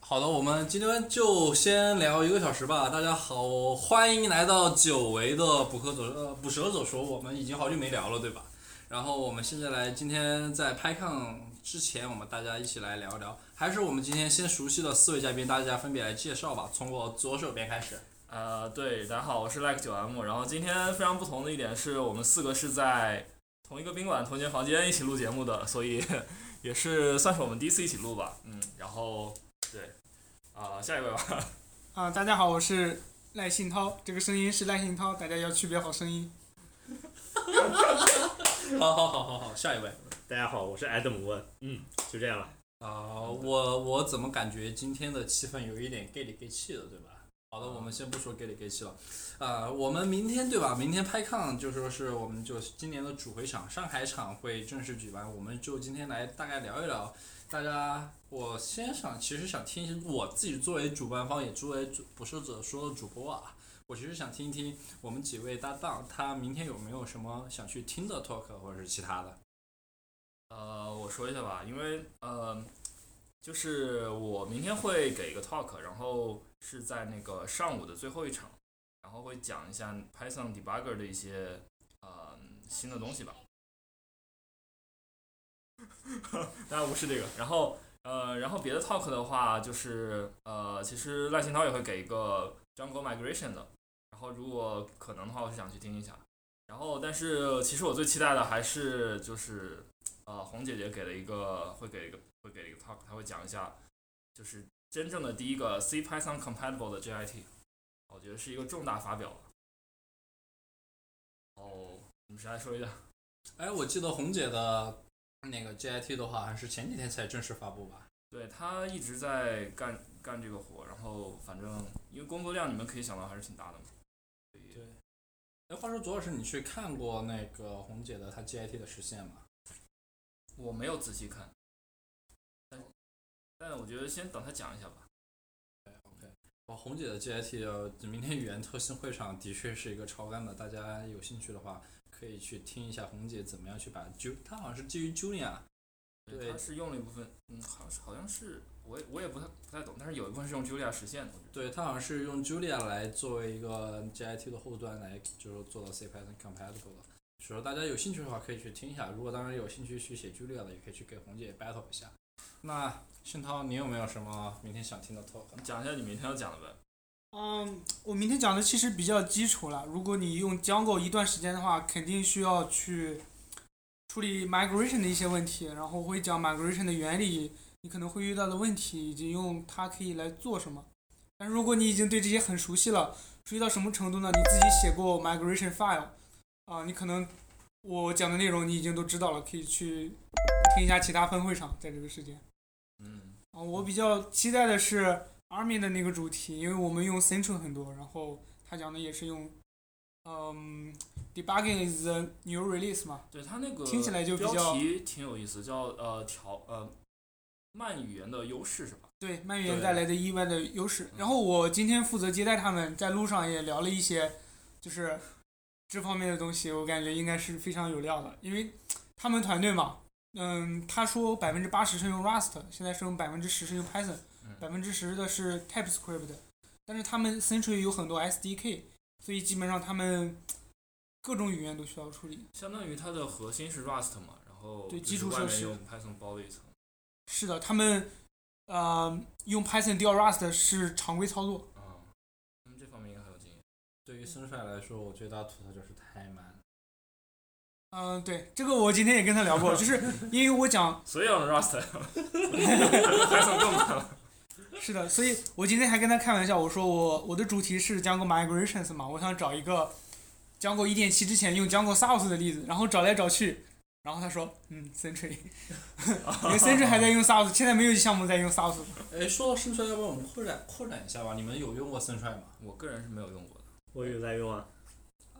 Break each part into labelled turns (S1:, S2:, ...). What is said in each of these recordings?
S1: 好的，我们今天就先聊一个小时吧。大家好，欢迎来到久违的捕科左呃捕蛇左说，我们已经好久没聊了，对吧？然后我们现在来，今天在拍抗之前，我们大家一起来聊一聊，还是我们今天先熟悉的四位嘉宾，大家分别来介绍吧。从我左手边开始。
S2: 呃，对，大家好，我是 like 九 M。然后今天非常不同的一点是我们四个是在同一个宾馆、同一间房间一起录节目的，所以也是算是我们第一次一起录吧。嗯，然后对，啊、下一位吧。
S3: 啊，大家好，我是赖信涛，这个声音是赖信涛，大家要区别好声音。
S1: 好好好好好，下一位。
S4: 大家好，我是 Adam 文。嗯，就这样了。
S1: 啊、我我怎么感觉今天的气氛有一点 gay 里 gay 气的，对吧？好的，我们先不说 gay 里 gay 气了，啊、我们明天对吧？明天拍抗就说是我们就今年的主会场上海场会正式举办，我们就今天来大概聊一聊。大家，我先想其实想听一听我自己作为主办方也作为主不是者说的主播啊，我其实想听一听我们几位搭档他明天有没有什么想去听的 talk 或者是其他的。
S2: 呃，我说一下吧，因为呃，就是我明天会给一个 talk，然后是在那个上午的最后一场，然后会讲一下 Python debugger 的一些呃新的东西吧。 大家无视这个，然后呃，然后别的 talk 的话，就是呃，其实赖清涛也会给一个 Jungle Migration 的，然后如果可能的话，我是想去听一下。然后，哦但是其实我最期待的还是就是呃，红姐姐给了一个，会给一个，会给一个 talk，她会讲一下，就是真正的第一个 C Python compatible 的 JIT，我觉得是一个重大发表吧。哦，你们谁来说一下？
S1: 哎，我记得红姐的那个 JIT 的话，还是前几天才正式发布吧？
S2: 对她一直在干干这个活，然后反正因为工作量你们可以想到还是挺大的嘛。所以
S1: 对哎，话说左老师，你去看过那个红姐的她 JIT 的实现吗？
S2: 我没有仔细看，但但我觉得先等她讲一下吧。
S1: 哦，红姐的 JIT 呃明天语言特性会场的确是一个超干的，大家有兴趣的话可以去听一下红姐怎么样去把 Ju，她好像是基于 Julia，对
S2: 她是用了一部分，嗯，好像好像是我也我也不太不太懂，但是有一部分是用 Julia 实现的，我觉得。
S1: 对，她好像是用 Julia 来作为一个 JIT 的后端来，就是做到 C Python compatible 的。所以说大家有兴趣的话可以去听一下，如果当然有兴趣去写 Julia 的，也可以去给红姐 battle 一下。那信涛，你有没有什么明天想听的 talk？
S2: 讲一下你明天要讲的呗。
S3: 嗯，我明天讲的其实比较基础了，如果你用 Django 一段时间的话，肯定需要去处理 migration 的一些问题，然后会讲 migration 的原理，你可能会遇到的问题，以及用它可以来做什么。但是如果你已经对这些很熟悉了，熟悉到什么程度呢？你自己写过 migration file，啊、你可能我讲的内容你已经都知道了，可以去听一下其他分会上，在这个时间。
S2: 嗯，
S3: 啊，我比较期待的是 Army 的那个主题，因为我们用 Central 很多，然后他讲的也是用，嗯，debugging is the new release 嘛，
S2: 对他那个
S3: 听起来就比较
S2: 标题挺有意思，叫呃调呃慢语言的优势是吧？
S3: 对慢语言
S2: 对嗯
S3: 带来的意外的优势。然后我今天负责接待他们，在路上也聊了一些，就是这方面的东西，我感觉应该是非常有料的，因为他们团队嘛，嗯，他说百分之八十是用 Rust，现在是用百分之十是用 Python，
S2: 嗯
S3: 百分之十的是 TypeScript，但是他们 Century 有很多 SDK，所以基本上他们各种语言都需要处理。
S2: 相当于它的核心是 Rust 嘛，然后
S3: 对
S2: 就是
S3: 基础设
S2: 哦外面
S3: 施
S1: 嗯
S2: 用 Python 包了一层。
S3: 是的，他们呃用 Python 调 Rust 是常规操作。
S2: 啊，他们这方面应该很有经验。
S1: 对于森帅来说，我最大的吐槽就是太慢了。
S3: 嗯，对，这个我今天也跟他聊过，就是因为我讲
S2: 所以要用 Rust，Python 更慢了。
S3: 是的，所以我今天还跟他开玩笑，我说我我的主题是 Django migrations 嘛，我想找一个 Django 一点七之前用 Django South 的例子，然后找来找去，然后他说，嗯，Century，因为 Century 还在用 South，现在没有项目在用 South，
S1: 哎，说到森帅，要不然我们扩展扩展一下吧？你们有用过森帅吗？
S2: 我个人是没有用过的。
S4: 我有在用啊，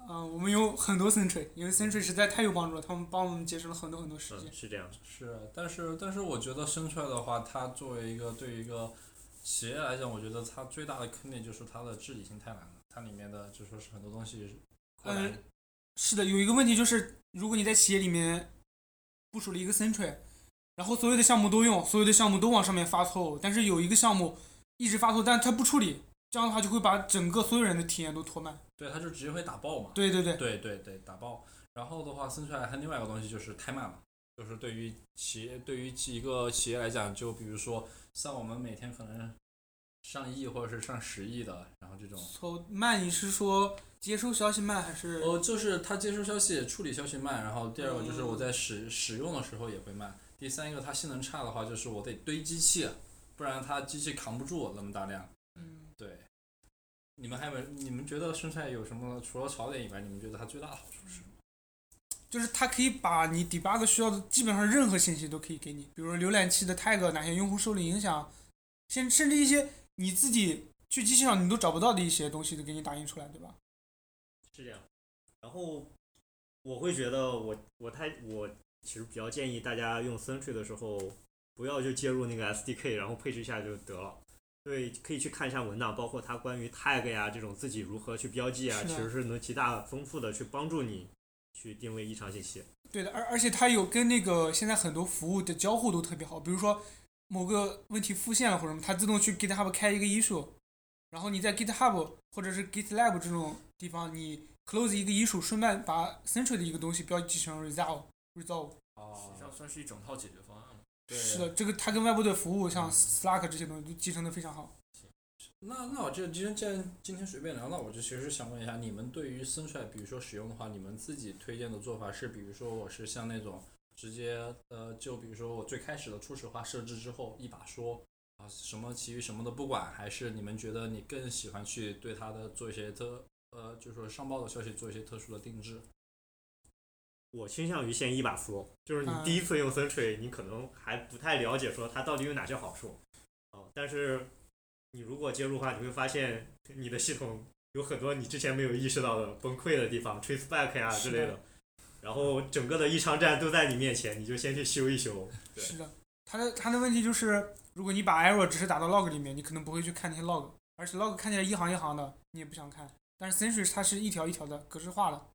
S3: 嗯、我们有很多 Century，因为 Century 实在太有帮助了，他们帮我们节省了很多很多时间
S4: 嗯，。是这样。
S1: 是，但是但是我觉得森帅的话，它作为一个对于一个企业来讲，我觉得它最大的坑点就是它的治理性太难了，它里面的就说是很多东西扩展。
S3: 呃是的，有一个问题就是，如果你在企业里面部署了一个 Century，然后所有的项目都用，所有的项目都往上面发错误，但是有一个项目一直发错，但它不处理，这样的话就会把整个所有人的体验都拖慢。
S1: 对，他就直接会打爆嘛。
S3: 对对对，
S1: 对对对，打爆。然后的话，森帅还另外一个东西就是太慢了，就是对于企业对于一个企业来讲，就比如说像我们每天可能上亿或者是上十亿的，然后这种，
S3: 哦，慢你是说接收消息慢还是？
S1: 呃，就是它接收消息、处理消息慢，然后第二个就是我在使使用的时候也会慢，第三个它性能差的话，就是我得堆机器，啊不然它机器扛不住那么大量。
S3: 嗯，
S1: 对，你们还有没有你们觉得生态有什么？除了槽点以外，你们觉得它最大的好处是什么？
S3: 就是它可以把你 debug 需要的基本上任何信息都可以给你，比如浏览器的 tag 哪些用户受了影响，甚甚至一些你自己去机器上你都找不到的一些东西都给你打印出来，对吧？
S4: 是这样。然后我会觉得我我太我其实比较建议大家用 Sentry 的时候，不要就接入那个 SDK，然后配置一下就得了。对，可以去看一下文档，包括它关于 tag 呀这种自己如何去标记啊，
S3: 是
S4: 其
S3: 的
S4: 实是能极大丰富的去帮助你去定位异常信息。
S3: 对的，而而且它有跟那个现在很多服务的交互都特别好，比如说某个问题复现了或者什么，它自动去 GitHub 开一个 issue，然后你在 GitHub 或者是 GitLab 这种地方，你 close 一个 issue，顺便把 Sentry 的一个东西标记成 resolve resolve。
S1: 哦
S2: 实际上算是一整套解决方案了。
S1: 对
S3: 是的，这个它跟外部的服务像 Slack 这些东西都集成的非常好。
S1: 那那我这今天既然今天随便聊，那我就其实想问一下，你们对于 Sunshine，比如说使用的话，你们自己推荐的做法是，比如说我是像那种直接呃，就比如说我最开始的初始化设置之后一把说啊，什么其余什么都不管，还是你们觉得你更喜欢去对它的做一些特呃，就是说上报的消息做一些特殊的定制？
S4: 我倾向于先一把说，就是你第一次用 Sentry，、你可能还不太了解说它到底有哪些好处，哦，但是你如果接入的话，你会发现你的系统有很多你之前没有意识到的崩溃的地方，trace back 呀、
S3: 是
S4: 之
S3: 的
S4: 类的，然后整个的异常站都在你面前，你就先去修一修。对
S3: 是的，它的它的问题就是，如果你把 error 只是打到 log 里面，你可能不会去看那些 log，而且 log 看起来一行一行的，你也不想看。但是 Sentry 它是一条一条的格式化的，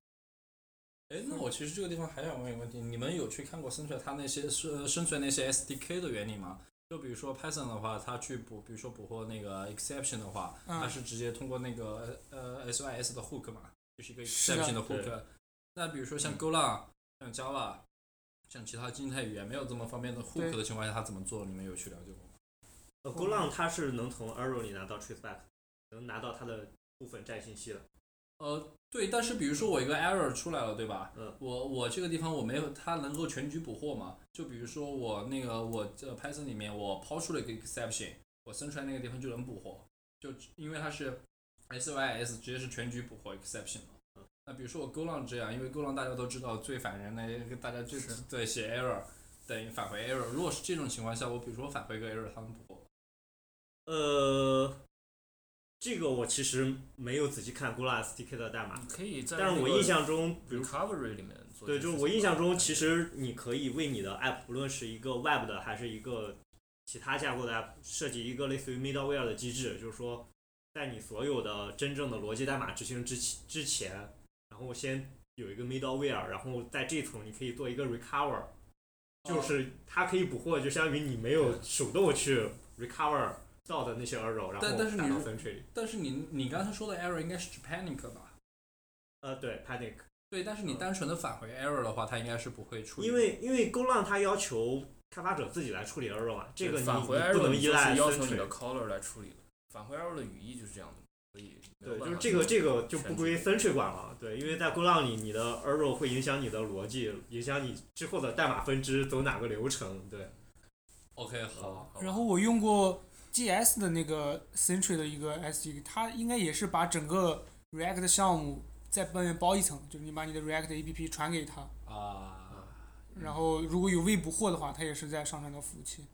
S1: 哎，那我其实这个地方还想问一个问题，你们有去看过生存它那些是生存那些 SDK 的原理吗？就比如说 Python 的话，它去捕，比如说捕获那个 exception 的话，
S3: 嗯
S1: 它是直接通过那个呃 SYS 的 hook 嘛，就是一个
S3: 是的嗯
S1: exception 的
S4: 对
S1: hook。那比如说像 Golang、像 Java、像其他静态语言没有这么方便的 hook
S3: 对
S1: 的情况下，它怎么做？你们有去了解过吗？
S4: 呃 Golang 它是能从 error 里拿到 trace back，能拿到它的部分站信息的。
S1: 呃，对，但是比如说我一个 error 出来了，对吧？
S4: 嗯，
S1: 我我这个地方我没有它能够全局捕获嘛？就比如说我那个我这 Python 里面我抛出了一个 exception，我生出来那个地方就能捕获，就因为它是 SYS 直接是全局捕获 exception 嘛
S4: 嗯。
S1: 那比如说我 Golang 这样，因为 Golang 大家都知道最烦人的，大家最对写 error 等于返回 error。如果是这种情况下，我比如说我返回一个 error，它能捕获。
S4: 呃，这个我其实没有仔细看 Golang SDK 的代码。
S2: 你可以在
S4: 但是我印象中，比如
S2: recovery 里面做
S4: 对，
S2: 这些事情，
S4: 就是我印象中，其实你可以为你的 app，无论是一个 web 的还是一个其他架构的 app，设计一个类似于 middleware 的机制，就是说，在你所有的真正的逻辑代码执行之前之前，然后先有一个 middleware，然后在这层你可以做一个 recover，就是它可以捕获，就相当于你没有手动去 recover 到的那些 error，然后
S1: 但但是你
S4: 打到
S1: 如
S4: sentry 里。
S1: 但是你你刚才说的 error 应该是指 panic 吧？
S4: 呃，对，panic。
S1: 对，但是
S2: 嗯
S1: 你单纯的返回 error 的话，它应该是不会处理。
S4: 因为因为勾浪它要求开发者自己来处理 error 嘛，这个你
S2: 返回 error
S4: 你不能依赖
S2: 就是要
S4: s
S2: 求
S4: e
S2: 你
S4: n
S2: 的 caller 来处理的，返回 error 的语义就是这样的，所以没有
S4: 对，就
S2: 办
S4: 是
S2: 法
S4: 这个
S2: 去
S4: 这个就不归
S2: 全
S4: sentry 管了，对，因为在勾浪里，你的 error 会影响你的逻辑，影响你之后的代码分支走哪个流程，对，
S1: OK 好，好
S3: 然后我用过 GS 的那个 Sentry 的一个 SDK，它应该也是把整个 React 的项目在外面包一层，就是你把你的 React APP 传给它，
S2: 嗯
S1: 啊，
S3: 然后如果有未捕获的话，它也是在上传到服务器。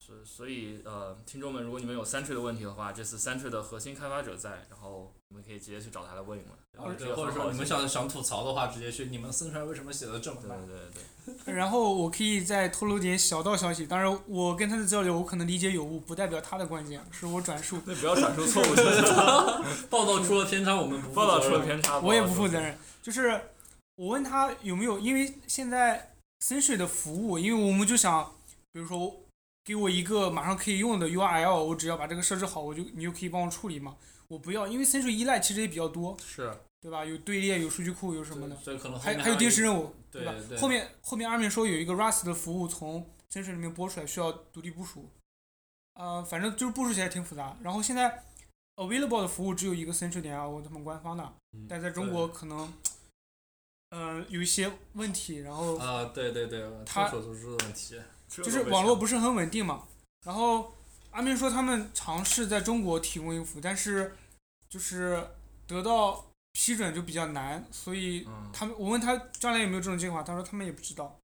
S2: 所所以呃，听众们，如果你们有 Sentry 的问题的话，这次 Sentry 的核心开发者在，然后你们可以直接去找他来问一问，然后这
S1: 对，
S2: 个
S1: 或者
S2: 很好
S1: 说你们
S2: 解决
S1: 想想吐槽的话，直接去你们四川为什么写的这么
S2: 对
S1: 慢？
S2: 对对对，
S3: 然后我可以再透露点小道消息，当然我跟他的交流，我可能理解有误，不代表他的观点，是我转述，
S2: 那不要转述错误就行，
S1: 报道出了偏差，我们不负责
S2: 报道出了
S1: 任
S2: 偏差，
S3: 我也
S2: 报
S3: 不
S2: 道出
S3: 负
S2: 了
S3: 责任。就是我问他有没有，因为现在 Sentry 的服务，因为我们就想，比如说给我一个马上可以用的 URL，我只要把这个设置好，我就你就可以帮我处理嘛。我不要，因为 Central 依赖其实也比较多，
S1: 是
S3: 对吧？有队列，有数据库，有什么的，
S1: 所以可能后
S3: 还
S1: 面
S3: 还有定时
S1: 一
S3: 任务，
S1: 对
S3: 吧？
S1: 对
S3: 后面后面二面说有一个 Rust 的服务从 Central 里面拨出来，需要独立部署。呃，反正就是部署起来挺复杂。然后现在 available 的服务只有一个 Central 点 L，他们官方的，
S4: 嗯
S3: 但在中国可能，呃，有一些问题，然后
S1: 啊，对对对，
S3: 他
S1: 众所周知的问题，啊
S3: 就是网络不是很稳定嘛。然后阿明说他们尝试在中国提供一个服务，但是就是得到批准就比较难，所以
S2: 嗯，
S3: 他们我问他将来有没有这种计划，他说他们也不知道。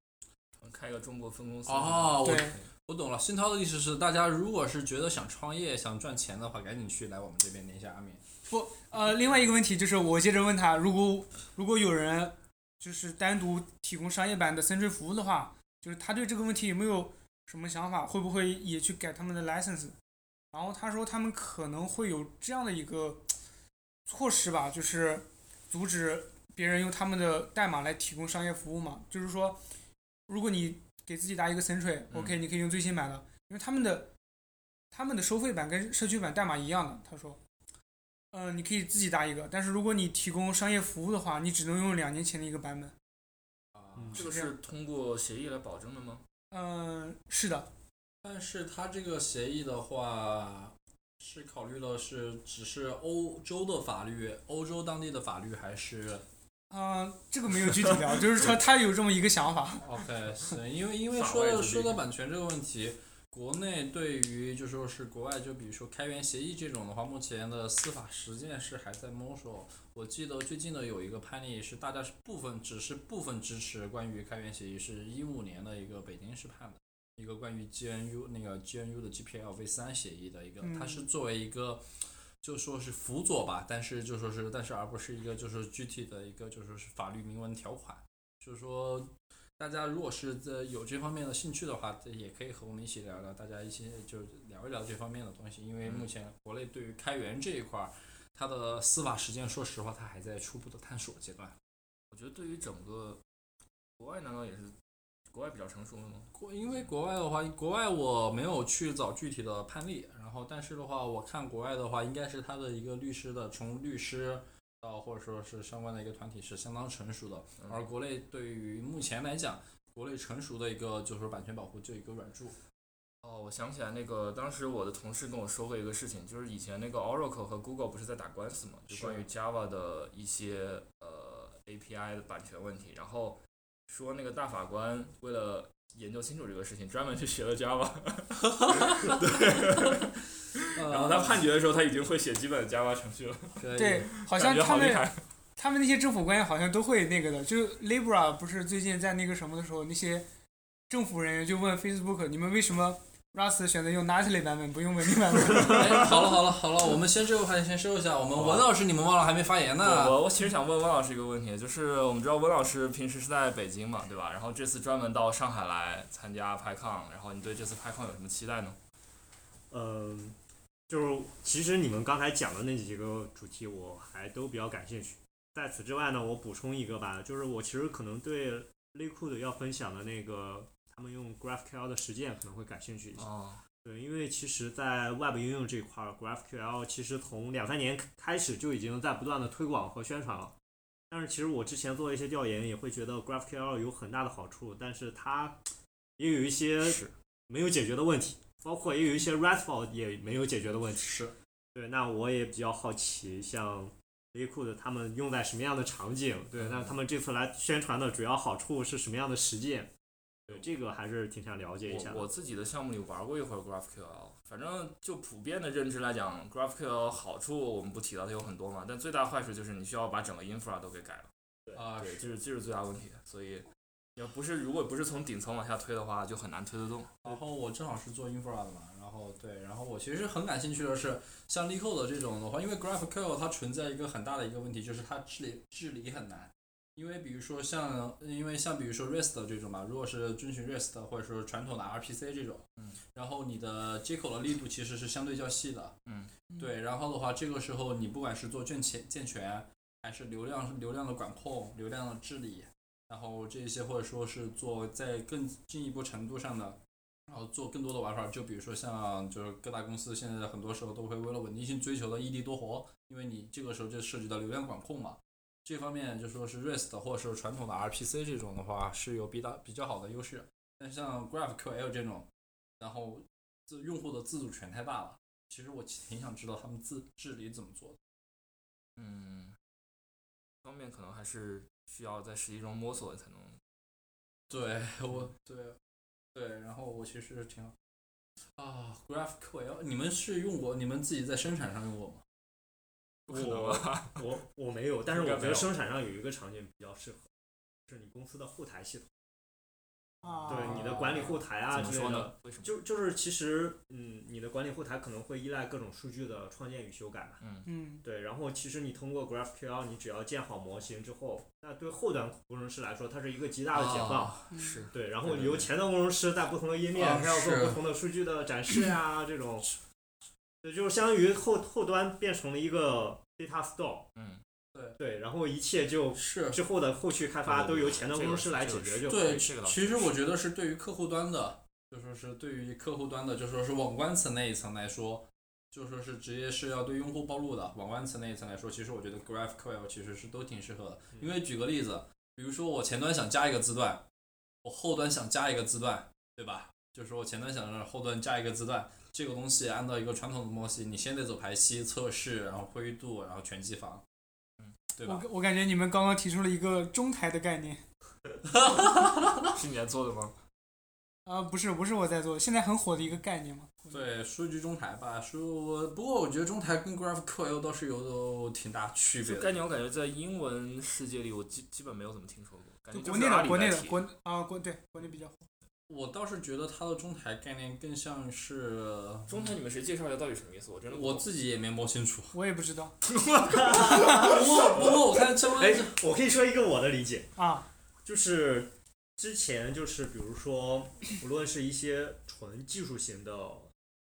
S2: 开一个中国分公司
S1: 哦，我
S3: 对
S1: 我懂了。新涛的意思是，大家如果是觉得想创业、想赚钱的话，赶紧去来我们这边联系阿敏。
S3: 不，呃，另外一个问题就是我接着问他，如果如果有人就是单独提供商业版的 Sentry 服务的话，就是他对这个问题有没有什么想法，会不会也去改他们的 license？然后他说他们可能会有这样的一个措施吧，就是阻止别人用他们的代码来提供商业服务嘛。就是说，如果你给自己打一个 Sentry，OK，、你可以用最新版的，因为他们的他们的收费版跟社区版代码一样的。他说，嗯、你可以自己打一个，但是如果你提供商业服务的话，你只能用两年前的一个版本。
S1: 啊
S4: 嗯
S2: 这个是通过协议来保证的吗？
S3: 嗯、是的，
S1: 但是它这个协议的话，是考虑了是只是欧洲的法律，欧洲当地的法律还是
S3: 嗯、这个没有具体聊，就是说他有这么一个想法。
S1: OK，行，因为因为
S2: 法
S1: 说
S2: 外
S1: 到
S2: 之
S1: 说
S2: 地
S1: 到版权这个问题，国内对于就说是国外，就比如说开源协议这种的话，目前的司法实践是还在摸索。我记得最近的有一个判例是大家是部分只是部分支持关于开源协议，是一五年的一个北京市判的一个关于 GNU 那个 GNU 的 GPL v 三协议的一个，它是
S3: 嗯
S1: 作为一个。就说是辅佐吧，但是就说是，但是而不是一个就是具体的一个就说是法律明文条款，就是说大家如果是在有这方面的兴趣的话，这也可以和我们一起聊聊，大家一起就是聊一聊这方面的东西。因为目前国内对于开源这一块儿，它的司法实践，说实话，它还在初步的探索阶段。
S2: 我觉得对于整个国外，难道也是国外比较成熟了吗？
S1: 国因为国外的话，国外我没有去找具体的判例，然后但是的话，我看国外的话，应该是它的一个律师的从律师到或者说是相关的一个团体是相当成熟的，
S2: 嗯
S1: 而国内对于目前来讲，国内成熟的一个就是说版权保护就一个软柱。
S2: 哦，我想起来那个，当时我的同事跟我说过一个事情，就是以前那个 Oracle 和 Google 不是在打官司嘛，就是关于 Java 的一些呃 API 的版权问题，然后说那个大法官为了研究清楚这个事情，专门去学了 Java，然后他判决的时候他已经会写基本的 Java 程序了，
S1: 可以
S3: 对，好像
S2: 感觉
S3: 他
S2: 好厉
S3: 们
S2: 害。
S3: 他们那些政府官员好像都会那个的，就是 Libra 不是最近在那个什么的时候，那些政府人员就问 Facebook，你们为什么 Rust 选择用 Natalie 版本不用文明版 本？
S1: 哎，好了好了好了，我们先这个话题先收一下。我们文老师，你们忘了还没发言
S3: 嗯
S1: 呢。
S2: 我我其实想问温老师一个问题，就是我们知道温老师平时是在北京嘛，对吧？然后这次专门到上海来参加 PyCon，然后你对这次 PyCon 有什么期待呢？
S4: 嗯，就是其实你们刚才讲的那几个主题，我还都比较感兴趣。在此之外呢，我补充一个吧，就是我其实可能对内裤的要分享的那个他们用 GraphQL 的实践可能会感兴趣一些。
S2: 哦，
S4: 对，因为其实，在 Web 应用这一块儿，GraphQL 其实从两三年开始就已经在不断的推广和宣传了。但是，其实我之前做了一些调研，也会觉得 GraphQL 有很大的好处，但是它也有一些
S2: 是
S4: 没有解决的问题，包括也有一些 RESTful 也没有解决的问题。
S1: 是，
S4: 对，那我也比较好奇，像 Liquid 他们用在什么样的场景？对，那他们这次来宣传的主要好处是什么样的实践？对，这个还是挺想了解一下的。
S2: 我我自己的项目里玩过一会儿 GraphQL，反正就普遍的认知来讲GraphQL 好处我们不提到它有很多嘛，但最大坏处就是你需要把整个 infra 都给改了，
S1: 啊，
S2: 对，
S1: 是
S2: 这是这是最大问题，所以要不是如果不是从顶层往下推的话，就很难推得动。
S1: 然后我正好是做 infra 的嘛，然后对，然后我其实很感兴趣的是，像 l e c o 的这种的话，因为 GraphQL 它存在一个很大的一个问题，就是它治理治理很难。因为比如说像，因为像比如说 REST 这种吧，如果是遵循 REST 或者说传统的 RPC 这种，
S2: 嗯，
S1: 然后你的接口的力度其实是相对较细的，
S2: 嗯，
S1: 对，然后的话，这个时候你不管是做健全健全，还是流量流量的管控、流量的治理，然后这一些或者说是做在更进一步程度上的然后做更多的玩法，就比如说像就是各大公司现在很多时候都会为了稳定性追求的异地多活，因为你这个时候就涉及到流量管控嘛。这方面就说是 REST 或者是传统的 RPC 这种的话是有比大比较好的优势，但像 GraphQL 这种，然后自用户的自主权太大了。其实我挺想知道他们自治理怎么做的。
S2: 嗯，这方面可能还是需要在实际中摸索才能。
S1: 对我，对对，然后我其实挺啊，GraphQL，你们是用过，你们自己在生产上用过吗？
S2: 不可能吧？
S4: 我 我没有，但是
S2: 应
S4: 我
S2: 该
S4: 觉
S2: 没有
S4: 得生产上有一个场景比较适合，就是你公司的后台系统，
S3: 啊，
S4: 对你的管理后台啊
S2: 怎么
S4: 之类
S2: 说
S4: 的。
S2: 呢？为什么？
S4: 就就是其实，嗯，你的管理后台可能会依赖各种数据的创建与修改嘛。
S2: 嗯，
S3: 嗯，
S4: 对，然后其实你通过 GraphQL，你只要建好模型之后，那对后端工程师来说，它是一个极大的解放。
S1: 啊
S3: 嗯
S2: 是
S4: 对，然
S2: 哦对
S4: 后
S2: 对哦
S4: 由
S2: 对
S4: 前端工程师在不同的页面，
S1: 啊
S4: 还要做
S1: 是
S4: 不同的数据的展示 啊，这种，对，就是相当于后后端变成了一个 data store。
S2: 嗯，
S4: 对，然后一切就是之后的后续开
S2: 对
S4: 发
S2: 对
S4: 都
S2: 对
S4: 由前端
S2: 这
S4: 工
S2: 个
S4: 程师
S2: 是
S4: 来
S2: 这
S4: 解
S2: 个
S4: 决
S2: 是
S4: 就可以
S1: 对，
S4: 了。
S2: 这个倒
S1: 其实 我觉得是对于客户端的，就说是对于客户端的，就说是网关层那一层来说，就说是直接是要对用户暴露的。网关层那一层来说，其实我觉得 GraphQL 其实是都挺适合的。因为举个例子，比如说我前端想加一个字段，我后端想加一个字段，对吧？就是我前端想让后端加一个字段，这个东西按照一个传统的模型，你先得走排期、测试，然后灰度，然后全机房，
S2: 嗯，
S1: 对吧
S3: 我？我感觉你们刚刚提出了一个中台的概念，
S2: 是你来做的吗？
S3: 啊、不是不是我在做，现在很火的一个概念嘛。，
S1: 对，数据中台吧，数不过我觉得中台跟 GraphQL 倒是有挺大区别
S2: 这概
S1: 的。
S2: 念我感觉在英文世界里，我基基本没有怎么听说过，感觉
S3: 就
S2: 就
S3: 国
S2: 是
S3: 内
S2: 阿
S3: 的
S2: 里
S3: 国
S2: 代
S3: 内的
S2: 替
S3: 国啊国对国内比较火。
S1: 我倒是觉得它的中台概念更像是，
S2: 中台，你们谁介绍一下到底什么意思？我真的不
S1: 我
S2: 懂
S1: 自己也没摸清楚。
S3: 我也不知道
S1: 不过不过我看相关
S4: 哎，我可以说一个我的理解，
S3: 啊，
S4: 就是之前就是比如说，无论是一些纯技术型的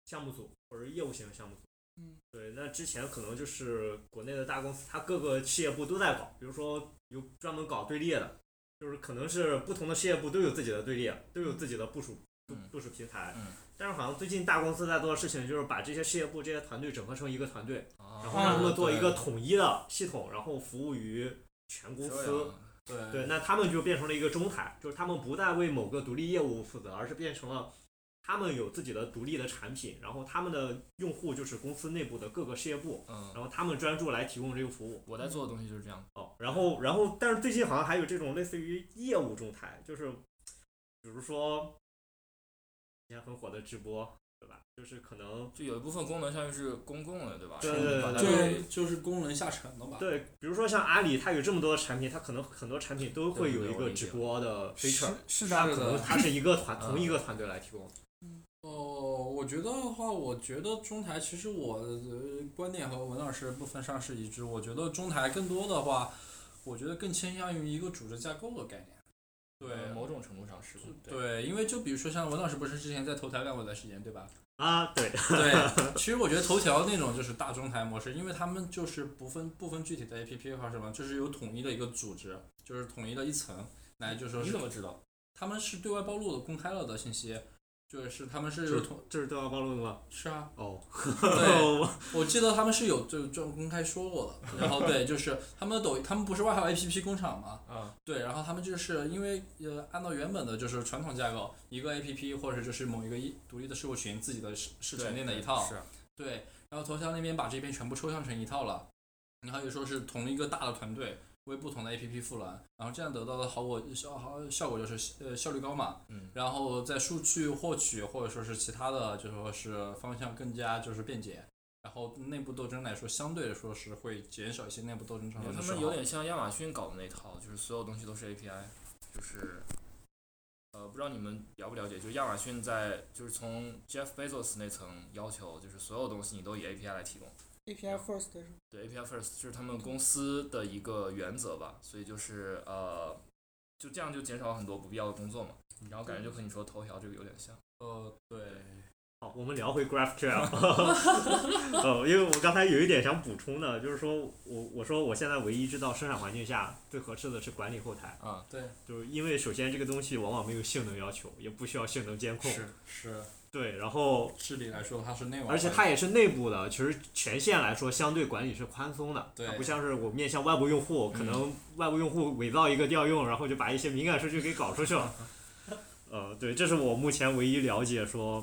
S4: 项目组，或者是业务型的项目组，
S3: 嗯，
S4: 对，那之前可能就是国内的大公司，它各个事业部都在搞，比如说有专门搞队列的，就是可能是不同的事业部都有自己的队列，都有自己的部署部
S2: 嗯
S4: 部署平台，
S2: 嗯
S4: 但是好像最近大公司在做的事情就是把这些事业部、这些团队整合成一个团队，
S2: 啊
S4: 然后让他们做一个
S1: 对
S4: 统一的系统，然后服务于全公司。
S2: 这样
S1: 对
S4: 对，嗯那他们就变成了一个中台，就是他们不再为某个独立业务负责，而是变成了他们有自己的独立的产品，然后他们的用户就是公司内部的各个事业部，
S2: 嗯，
S4: 然后他们专注来提供这个服务。
S2: 我在做的东西就是这样。
S4: 哦，然后然后，但是最近好像还有这种类似于业务中台，就是比如说以前很火的直播，对吧？就是可能
S2: 就有一部分功能相当于是公共的，对吧？
S4: 对
S2: 是
S4: 对
S2: 把它
S4: 对
S2: 给
S1: 就就是功能下沉了吧？
S4: 对，比如说像阿里，它有这么多产品，它可能很多产品都会
S2: 对
S4: 有
S2: 对
S4: 一
S2: 我
S4: 个
S2: 理解
S4: 直播的 feature，
S3: 是是
S4: 它
S3: 的，
S1: 是
S3: 啊
S4: 可
S1: 的
S4: 能它是一个团同
S2: 嗯
S4: 一个团队来提供的。
S1: 哦，我觉得的话，我觉得中台其实我呃观点和文老师部分上是一致。我觉得中台更多的话，我觉得更倾向于一个组织架构的概念。
S2: 呃
S1: 对，
S2: 某种程度上是对
S1: 对，因为就比如说像文老师不是之前在头条干过一段时间， 对吧？
S4: 啊，对，
S1: 对，其实我觉得头条那种就是大中台模式，因为他们就是不分不分具体的 APP 或者什么，就是有统一的一个组织，就是统一的一层来就说
S2: 你
S1: 是
S2: 怎么知道？
S1: 他们是对外暴露的、公开了的信息，就是他们是
S4: 是
S1: 有统
S4: 这是对外暴露的吗？
S1: 是 啊，
S4: 哦，
S1: 对。
S4: 我
S1: 我记得他们是有就就公开说过的，然后对，就是他们的抖音，他们不是外号 APP 工厂嘛，
S2: 啊，
S1: 对，然后他们就是因为呃，按照原本的就是传统架构，一个 APP 或者就是某一个一独立的事务群自己的是是沉淀的一套，
S2: 是啊
S1: 对，然后头条那边把这边全部抽象成一套了，然后又说是同一个大的团队为不同的 APP 赋能，然后这样得到的好果效好效果就是呃效率高嘛，
S2: 嗯
S1: 然后在数据获取或者说是其他的，就说是方向更加就是便捷，然后内部斗争来说，相对来说是会减少一些内部斗争产
S2: 我觉
S1: 生
S2: 得
S1: 的
S2: 他
S1: 时
S2: 们有
S1: 候。
S2: 点像亚马逊搞的那一套，就是所有东西都是 API，就是呃，不知道你们了不了解，就亚马逊在就是从 Jeff Bezos 那层要求，就是所有东西你都以 API 来提供。
S3: API first 是吧
S2: 对 API first 就是他们公司的一个原则吧，所以就是呃，就这样就减少很多不必要的工作嘛。然后感觉就和你说头条这个有点像。
S1: 呃，对，
S4: 好，我们聊回 GraphQL。呃，因为我刚才有一点想补充的，就是说我我说我现在唯一知道生产环境下最合适的是管理后台，
S2: 啊，
S4: 就是因为首先这个东西往往没有性能要求，也不需要性能监控，
S1: 是是，
S4: 对，然后
S1: 治理来说它是内网，
S4: 而且它也是内部的，其实权限来说相对管理是宽松的，
S1: 对嗯
S4: 它不像是我面向外部用户，可能外部用户伪造一个调用，然后就把一些敏感数据给搞出去 了。呃，对，这是我目前唯一了解说，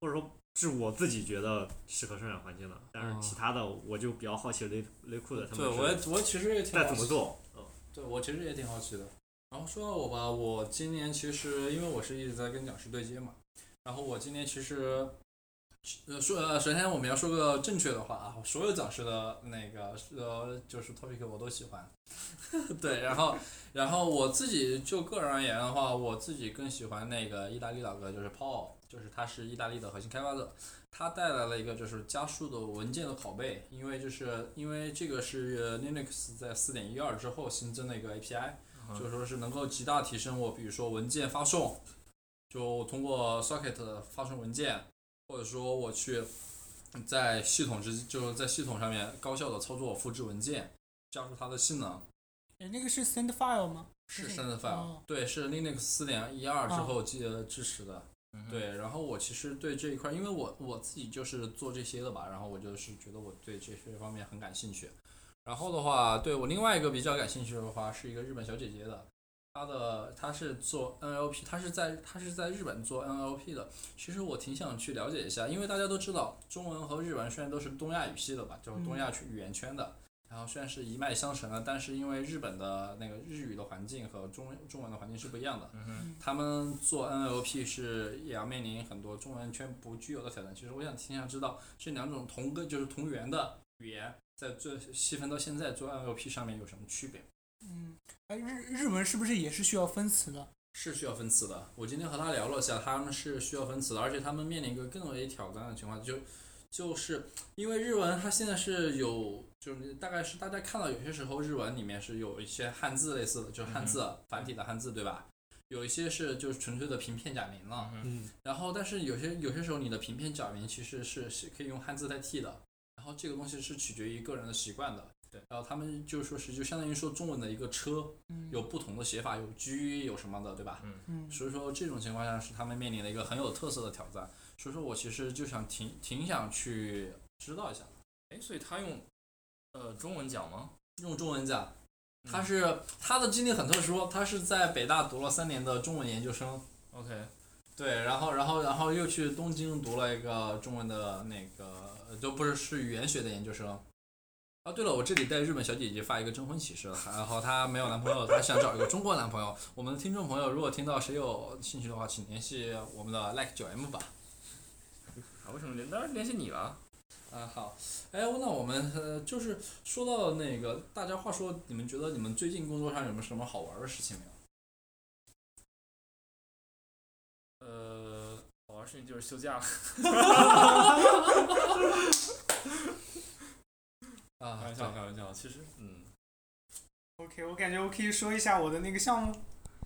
S4: 或者说是我自己觉得适合生产环境的，但
S1: 哦
S4: 是其他的我就比较好奇雷雷库的他
S1: 对
S4: 们
S1: 我
S4: 是
S1: 也我其实也挺
S4: 在
S1: 好
S4: 怎么
S1: 奇
S4: 做。嗯
S1: 对我其实也挺好奇的。然后说到我吧，我今年其实因为我是一直在跟讲师对接嘛，然后我今年其实，呃，说呃，首先我们要说个正确的话啊，所有讲师的那个呃就是 topic 我都喜欢， 对，然后然后我自己就个人而言的话，我自己更喜欢那个意大利老哥就是 Paul，就是他是意大利的核心开发者，它带来了一个就是加速的文件的拷贝，因为就是因为这个是 Linux 在四点一二之后新增的一个 API，、
S2: 嗯
S1: 就是说是能够极大提升我比如说文件发送，就通过 Socket 发送文件，或者说我去在系统之就是在系统上面高效的操作复制文件，加入它的性能。
S3: 哎，那个是 send file 吗？
S1: 是
S3: 是
S1: Send
S3: 哦
S1: File，对，是 Linux 四点一二之
S3: 哦
S1: 后记得支持的。对，然后我其实对这一块，因为我我自己就是做这些的吧，然后我就是觉得我对这些方面很感兴趣。然后的话，对我另外一个比较感兴趣的话，是一个日本小姐姐的，她的她是做 NLP，她是在她是在日本做 NLP 的。其实我挺想去了解一下，因为大家都知道中文和日文虽然都是东亚语系的吧，就是东亚区语言圈的，然后虽然是一脉相承的，啊但是因为日本的那个日语的环境和中中文的环境是不一样的。他们做 NLP 是也要面临很多中文圈不具有的挑战。其实我想挺想知道这两种同根就是同源的语言，在最细分到现在做 NLP 上面有什么区别？
S3: 嗯，哎，日日文是不是也是需要分词的？
S1: 是需要分词的。我今天和他聊了一下，他们是需要分词的，而且他们面临一个更为挑战的情况，就就是因为日文它现在是有，就是大概是大家看到有些时候日文里面是有一些汉字类似的，就是汉字、繁体的汉字，对吧？有一些是就是纯粹的平片假名了。
S4: 嗯，
S1: 然后，但是有些有些时候你的平片假名其实是是可以用汉字代替的，然后这个东西是取决于个人的习惯的。
S2: 对，
S1: 然后他们就说是就相当于说中文的一个车，
S3: 嗯，
S1: 有不同的写法，有居有什么的，对吧？
S3: 嗯，
S1: 所以说这种情况下是他们面临的一个很有特色的挑战。所以说我其实就想挺挺想去知道一下的，
S2: 哎，所以他用呃中文讲吗？
S1: 用中文讲，
S2: 嗯
S1: 他是他的经历很特殊，他是在北大读了三年的中文研究生，
S2: OK，
S1: 对，然后然后然后又去东京读了一个中文的那个，呃就不是是语言学的研究生。啊，对了，我这里带日本小姐姐发一个征婚启事了，然后她没有男朋友，她想找一个中国男朋友。我们的听众朋友如果听到谁有兴趣的话，请联系我们的 like 九 m 吧。
S2: 啊，为什么联？当然联系你了。
S1: 啊，好，哎，那我们呃，就是说到那个大家话说，你们觉得你们最近工作上有没有什么好玩的事情没有？
S2: 呃，好玩事情就是休假了。
S1: 啊，
S2: 开玩笑，开玩笑。其实，嗯，
S3: OK，我感觉我可以说一下我的那个项目。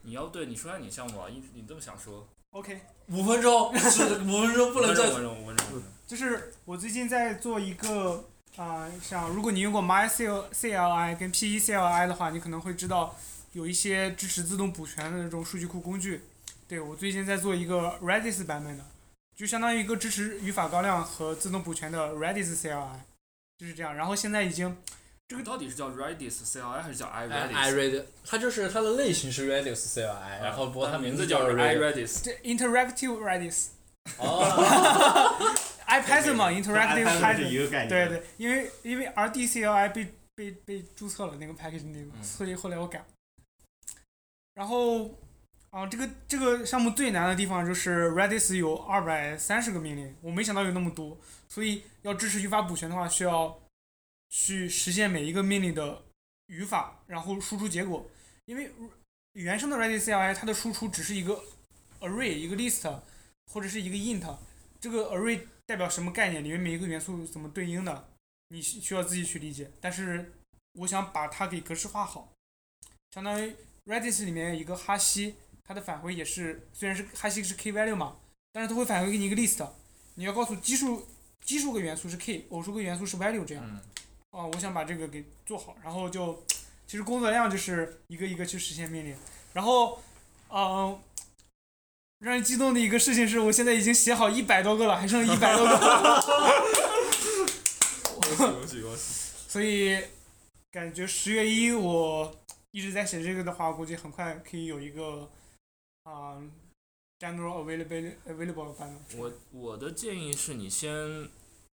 S2: 你要对你说下你项目啊，你你这么想说，
S3: OK，
S1: 五分钟，是五分钟不能
S2: 温柔
S1: 再嗯
S2: 温柔温柔温柔。
S3: 就是我最近在做一个啊、像如果你用过 MyCLI 跟 E PECLI 的话，你可能会知道有一些支持自动补全的那种数据库工具。对我最近在做一个 Redis 版本的，就相当于一个支持语法高亮和自动补全的 Redis CLI，就是这样。然后现在已经
S2: 这个到底是叫 Redis CLI 还是叫
S1: 哎 i
S2: 哎 iRedis？
S1: Redis，它就是它的类型是 Redis CLI，然后不过它
S2: 啊嗯名
S1: 字
S2: 叫
S1: 是 Redis。
S2: iRedis。
S3: 这 Interactive Redis
S1: 哦，
S3: iPython 嘛，Interactive
S4: 和 iPad 是
S3: Python
S4: 一个概念。
S3: 对对，因为因为 R D C L I 被被被注册了那个 package 那个，
S2: 嗯
S3: 所以后来我改。然后啊、这个这个项目最难的地方就是 Redis 有二百三十个命令，我没想到有那么多，所以要支持语法补全的话，需要去实现每一个命令的语法，然后输出结果。因为原生的 Redis C L I 它的输出只是一个 array 一个 list 或者是一个 int，这个 array 代表什么概念，里面每一个元素怎么对应的，你需需要自己去理解。但是我想把它给格式化好，相当于 Redis 里面一个哈希，它的返回也是虽然是哈希是 key value 嘛，但是它会返回给你一个 list，你要告诉基数基数个元素是 k，偶数个元素是 value 这样。
S2: 嗯，
S3: 啊，我想把这个给做好，然后就其实工作量就是一个一个去实现命令，然后嗯、呃让人激动的一个事情是我现在已经写好一百多个了，还剩一百多个，
S2: 恭喜恭喜恭喜！
S3: 所以感觉十月一我一直在写这个的话，我估计很快可以有一个啊、general available available 版本。
S2: 我我的建议是你先，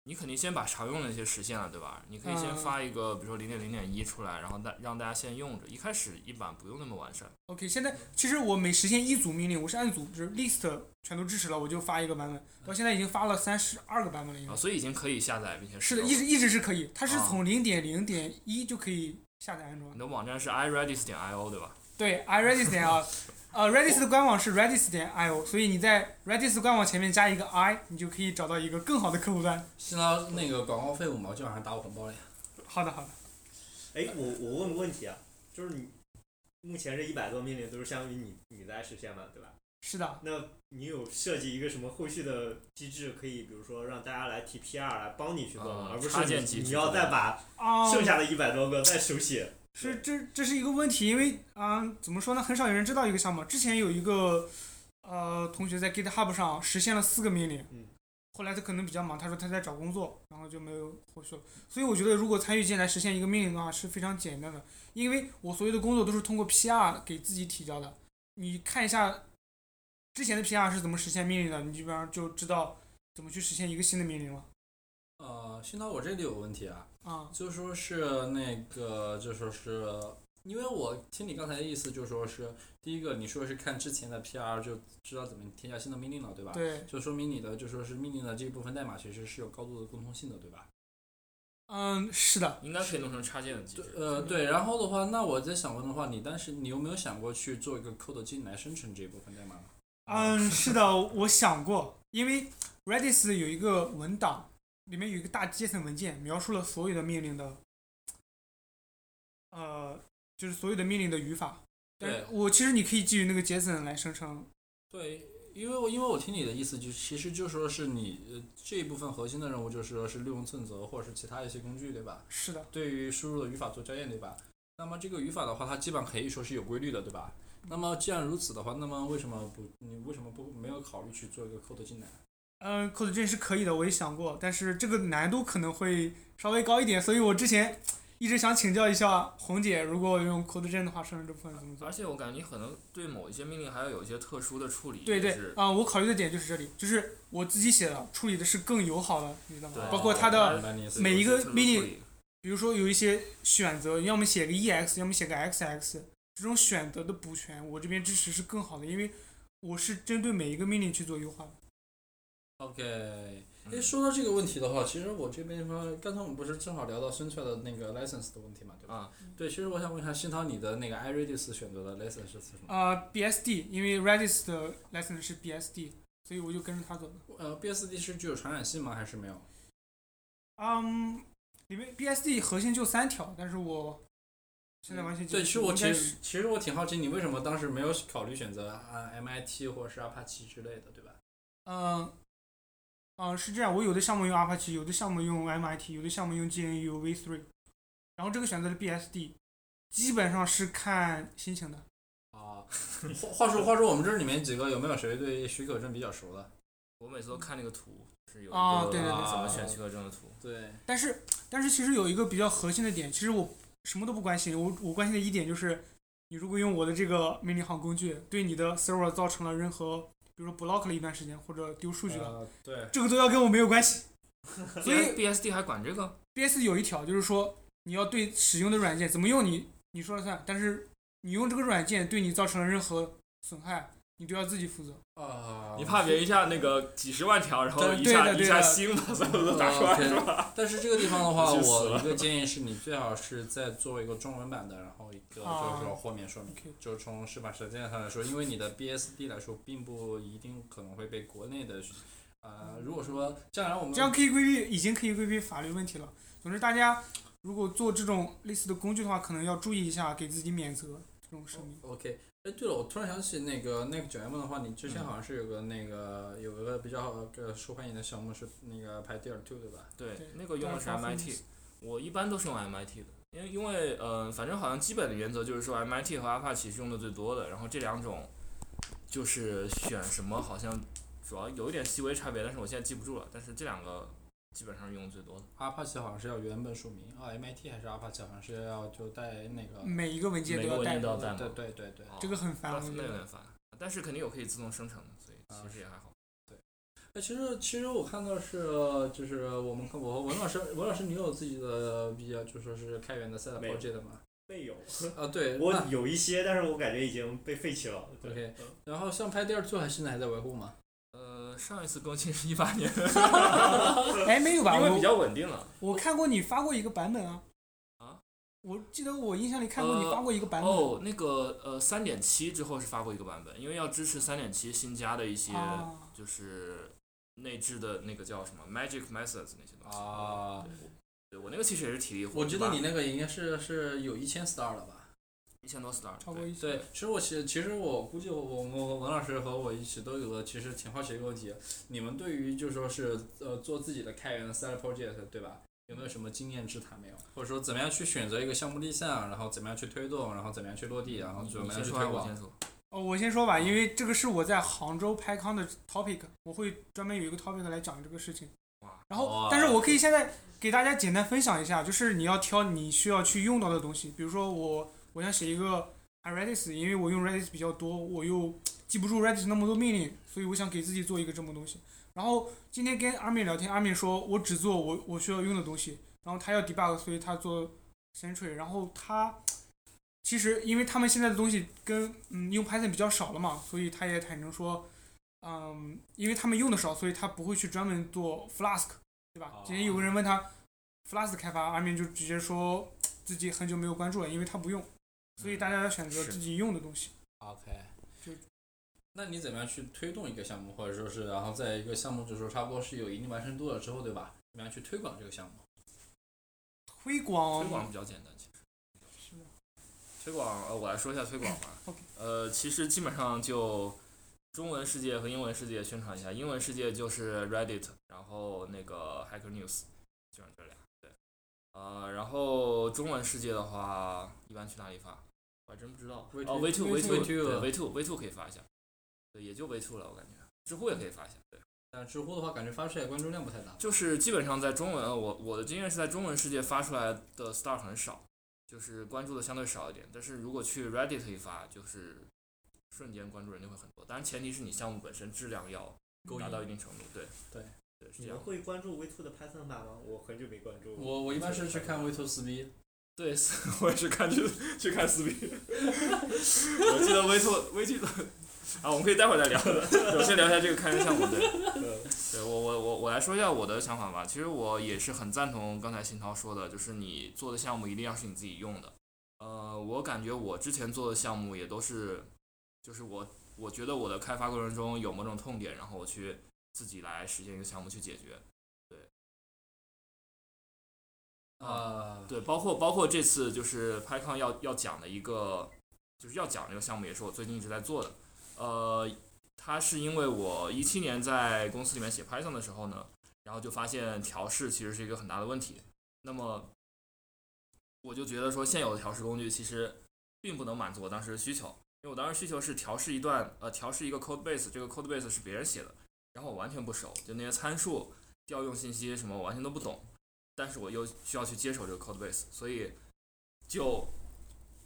S2: 你肯定先把常用的一些实现了，对吧？你可以先
S3: 嗯
S2: 发一个，比如说零点零点一出来，然后大让大家先用着。一开始一版不用那么完善，
S3: OK，现在其实我每实现一组命令，我是按组就是 list 全都支持了，我就发一个版本，到现在已经发了三十二个版本了，应该
S2: 啊，。所以已经可以下载并且
S3: 是
S2: 使
S3: 的，
S2: 用
S3: 一
S2: 了
S3: 直一直是可以，它是
S2: 啊
S3: 从零点零点一就可以下载安装
S2: 你。的网站是 iredis 点 io 对吧？
S3: 对，iRedis 点啊，呃，Redis 的官网是 Redis 点 io，所以你在 Redis 官网前面加一个 i，你就可以找到一个更好的客户端。
S1: 新郎那个广告费五毛，今晚上打我红包了呀。
S3: 好的，好的。
S4: 哎，我我问个问题啊，就是你目前这一百多命令都是相当于你你在实现嘛，对吧？
S3: 是的，
S4: 那你有设计一个什么后续的机制，可以比如说让大家来提 PR 来帮你去做吗？
S2: 啊
S4: 而不
S2: 插件
S4: 是
S2: 机
S4: 你
S2: 制
S4: 你要再把
S3: 啊、
S2: 哦
S4: 剩下的一百多个再手写。
S3: 是这这是一个问题，因为啊、怎么说呢，很少有人知道一个项目。之前有一个呃同学在 GitHub 上实现了四个命令，
S4: 嗯
S3: 后来他可能比较忙，他说他在找工作，然后就没有后续了。所以我觉得，如果参与进来实现一个命令的话是非常简单的，因为我所有的工作都是通过 PR 给自己提交的。你看一下之前的 PR 是怎么实现命令的，你基本上就知道怎么去实现一个新的命令了。
S1: 呃，新郎，我这里有问题啊，
S3: 啊、
S1: 就说是那个，就说是，因为我听你刚才的意思，就说是第一个，你说是看之前的 PR 就知道怎么添加新的命令了，对吧？。
S3: 对，
S1: 就说明你的就说是命令的这部分代码其实是有高度的共通性的，对吧？
S3: 嗯，是的，
S2: 应该可以弄成插件的机制。
S1: 呃，对。然后的话，那我在想问的话，你当时你有没有想过去做一个 code 进来生成这部分代码呢？
S3: 嗯，是的，我想过，因为 Redis 有一个文档，里面有一个大阶层文件，描述了所有的命令的，呃，就是所有的命令的语法。但是
S1: 对
S3: 我其实你可以基于那个节省来生成。
S1: 对，因为我因为我听你的意思，就其实就说是你呃这一部分核心的任务，就是说是利用正则或者是其他一些工具，对吧？
S3: 是的，
S1: 对于输入的语法做校验，对吧？那么这个语法的话，它基本上可以说是有规律的，对吧？那么既然如此的话，那么为什么不你为什么不没有考虑去做一个 code 进来？
S3: 嗯，Code 这是可以的，我也想过，但是这个难度可能会稍微高一点，所以我之前一直想请教一下红姐，如果用 Code 的话，生成这部分怎么做
S2: 而？且我感觉你可能对某一些命令还要有一些特殊的处理，
S3: 对对
S2: 就，是
S3: 啊、我考虑的点就是这里，就是我自己写的，处理的是更友好的，你知道吗
S2: 对？
S3: 包括它的
S2: 呃
S1: 明白你意思
S3: 每一个
S2: 有些特殊
S3: mini-
S2: 处理
S3: 比如说有一些选择，要么写个 EX，要么写个 XX，这种选择的补全，我这边支持是更好的，因为我是针对每一个命令去做优化的。
S1: OK。
S2: 嗯
S1: 诶，说到这个问题的话，其实我这边说，刚才我们不是正好聊到生出来的那个 license 的问题嘛，对吧？
S2: 啊，
S1: 对，其实我想问一下，新涛，你的那个 iRedis 选择的 license 是什么？
S3: 啊、b s d 因为 Redis 的 license 是 BSD，所以我就跟着它走的。
S1: 呃，BSD 是具有传染性吗？还是没有？
S3: 嗯、里面 BSD 核心就三条，但是我现在完全记不
S1: 对，
S3: 住
S1: 其实我
S3: 应
S1: 其
S3: 该
S1: 实
S3: 是
S1: 其实我挺好奇，你为什么当时没有考虑选择啊 MIT 或者是 Apache 之类的，对吧？
S3: 嗯。嗯，是这样，我有的项目用 Apache，有的项目用 MIT，有的项目用 GNU V3，然后这个选择了 BSD，基本上是看心情的。
S1: 啊，话话说话说，我们这里面几个有没有谁对许可证比较熟的？
S2: 我每次都看那个图，就是有一
S3: 啊
S2: 个
S3: 对对
S1: 对
S2: 怎么选许可证的图。
S1: 对，
S3: 但是但是其实有一个比较核心的点，其实我什么都不关心，我我关心的一点就是，你如果用我的这个命令行工具对你的 server 造成了任何，比如说 block 了一段时间或者丢数据了，
S1: 呃对，
S3: 这个都要跟我没有关系。所以
S2: BSD 还管这个？
S3: BS 有一条就是说，你要对使用的软件怎么用你你说了算，但是你用这个软件对你造成了任何损害，你都要自己负责。
S1: 啊，
S2: 你怕别一下那个几十万条，然后
S1: 对
S2: 一
S3: 对
S2: 下
S3: 的对
S2: 一下
S3: 的
S2: 新把所有的打出来
S1: 哦，OK
S2: 是吧？
S1: 但是这个地方的 话，
S2: 去死
S1: 我
S2: 了
S1: 一个建议是你最好是再做一个中文版的，然后一个
S3: 啊
S1: 就是说豁免说明，
S3: OK
S1: 就从是吧？实际上来说，因为你的 BSD 来说，并不一定可能会被国内的，呃，如果说将来我们
S3: 这样
S2: 嗯
S3: 可以规避，已经可以规避法律问题了。总之，大家如果做这种类似的工具的话，可能要注意一下，给自己免责。这种声明。
S1: OK，哎，对了，我突然想起那个那个九 M 的话，你之
S2: 嗯
S1: 前好像是有个那个有个比较呃受欢迎的项目是那个排第二 two 对吧？
S2: 对
S3: 对，
S2: 那个用的是 MIT，我一般都是用 MIT 的，因为因为呃，反正好像基本的原则就是说 MIT 和 Apache 是用的最多的，然后这两种就是选什么好像主要有一点细微差别，但是我现在记不住了，但是这两个基本上是用的最多的。
S1: Apache 好像是要原本署名啊，MIT 还是 Apache 好像是要就带那个，
S3: 每一个文件
S2: 哦每
S3: 都
S2: 个
S3: 要
S2: 文
S3: 带
S2: 件都要
S3: 入，
S2: 代
S1: 对
S2: 码，
S1: 对对对。
S2: 哦
S3: 这个很烦，
S2: 那
S3: 我觉
S2: 那有
S3: 得。
S2: 点烦，但是肯定有可以自动生成的，所以
S1: 啊
S2: 其实也还好。
S1: 哎，其实其实我看到是就是我们看我和文老师文老师，你有自己的比较就说是开源的 side
S4: 没有
S1: project 吗？
S4: 备有，
S1: 啊，对，
S4: 我
S1: 那
S4: 有一些，但是我感觉已经被废弃了。对嗯
S1: OK，然后像排第二 two 还现在还在维护吗？
S2: 呃，上一次更新是一八年，
S3: 哎，没有吧？
S2: 因为比
S3: 我
S2: 较稳定了。
S3: 我看过你发过一个版本啊。
S2: 啊？
S3: 我记得我印象里看过你发过一个版本。
S2: 哦，那个呃，三点七之后是发过一个版本，因为要支持三点七新加的一些
S3: 啊
S2: 就是内置的那个叫什么 Magic Methods 那些东西。
S1: 啊，
S2: 对我那个其实也是体力活，
S1: 我觉得你那个应该是是有一千 star 了吧？
S2: 一千多 star，
S3: 超过
S2: 对
S3: 一
S1: 对，其实我其实其实我估计我我我文老师和我一起都有了，其实挺好奇一个问题，你们对于就说是呃做自己的开源的 side project 对吧？有没有什么经验之谈没有？或者说怎么样去选择一个项目立项，然后怎么样去推动，然后怎么样去落地，然后
S2: 你
S1: 怎么样
S2: 先
S1: 去
S2: 说
S1: 推
S2: 还是我
S1: 广
S2: 先？说？
S3: 哦，我先说吧，因为这个是我在杭州拍康的 topic，我会专门有一个 topic 来讲这个事情。
S2: 哇，
S3: 然后
S1: 哇，
S3: 但是我可以现在给大家简单分享一下，就是你要挑你需要去用到的东西。比如说我，我想写一个 Redis，因为我用 Redis 比较多，我又记不住 Redis 那么多命令，所以我想给自己做一个这么东西。然后今天跟阿米聊天，阿米说我只做我我需要用的东西，然后他要 debug，所以他做 Sentry，然后他其实因为他们现在的东西跟嗯用 Python 比较少了嘛，所以他也坦诚说，嗯，因为他们用的少，所以他不会去专门做 Flask，对吧？
S1: 哦
S3: 今天有个人问他 Flask 开发，阿明就直接说自己很久没有关注了，因为他不用，所以大家要选择
S2: 是
S3: 自己用的东西。
S1: OK，
S3: 就
S1: 那你怎么样去推动一个项目，或者说是然后在一个项目就是说差不多是有一定完成度了之后，对吧？怎么样去推广这个项目？
S3: 推广，
S2: 推广比较简单，其实
S3: 是的
S2: 推广呃，我来说一下推广吧
S3: OK。
S2: 呃，其实基本上就中文世界和英文世界宣传一下，英文世界就是 Reddit，然后那个 Hacker News，基本上这俩。对，呃，然后中文世界的话，一般去哪里发？我还真不知道。
S1: V2
S2: 哦，V two V
S1: V2
S2: 对 V two V two 可以发一下，对，也就 V two 了，我感觉。知乎也可以发一下，对，
S1: 但知乎的话，感觉发出来关注量不太大。
S2: 就是基本上在中文，呃我我的经验是在中文世界发出来的 star 很少，就是关注的相对少一点。但是如果去 Reddit 一发，就是瞬间关注人就会很多。当然前提是你项目本身质量要
S1: 够
S2: 达
S1: 硬
S2: 到一定程度，对
S1: 对
S2: 对是
S4: 你
S2: 这
S4: 们
S2: 样。
S4: 会关注 V two 的 Python 版吗？我很久没关注。
S1: 我我一般是去看 V to 撕逼。
S2: 对，是我也是看去去看撕逼，我记得微兔微剧的 啊，我们可以待会儿再聊的，我先聊一下这个开源项目对。 对我我我我来说一下我的想法吧。其实我也是很赞同刚才新涛说的，就是你做的项目一定要是你自己用的。呃，我感觉我之前做的项目也都是，就是我我觉得我的开发过程中有某种痛点，然后我去自己来实现一个项目去解决。对，啊、
S1: 啊，
S2: 对，包括包括这次就是 PyCon 要要讲的一个，就是要讲这个项目，也是我最近一直在做的。呃，它是因为我一七年在公司里面写 Python 的时候呢，然后就发现调试其实是一个很大的问题。那么我就觉得说，现有的调试工具其实并不能满足我当时的需求，因为我当时需求是调试一段呃调试一个 code base，这个 code base 是别人写的，然后我完全不熟，就那些参数、调用信息什么我完全都不懂。但是我又需要去接手这个 code base，所以就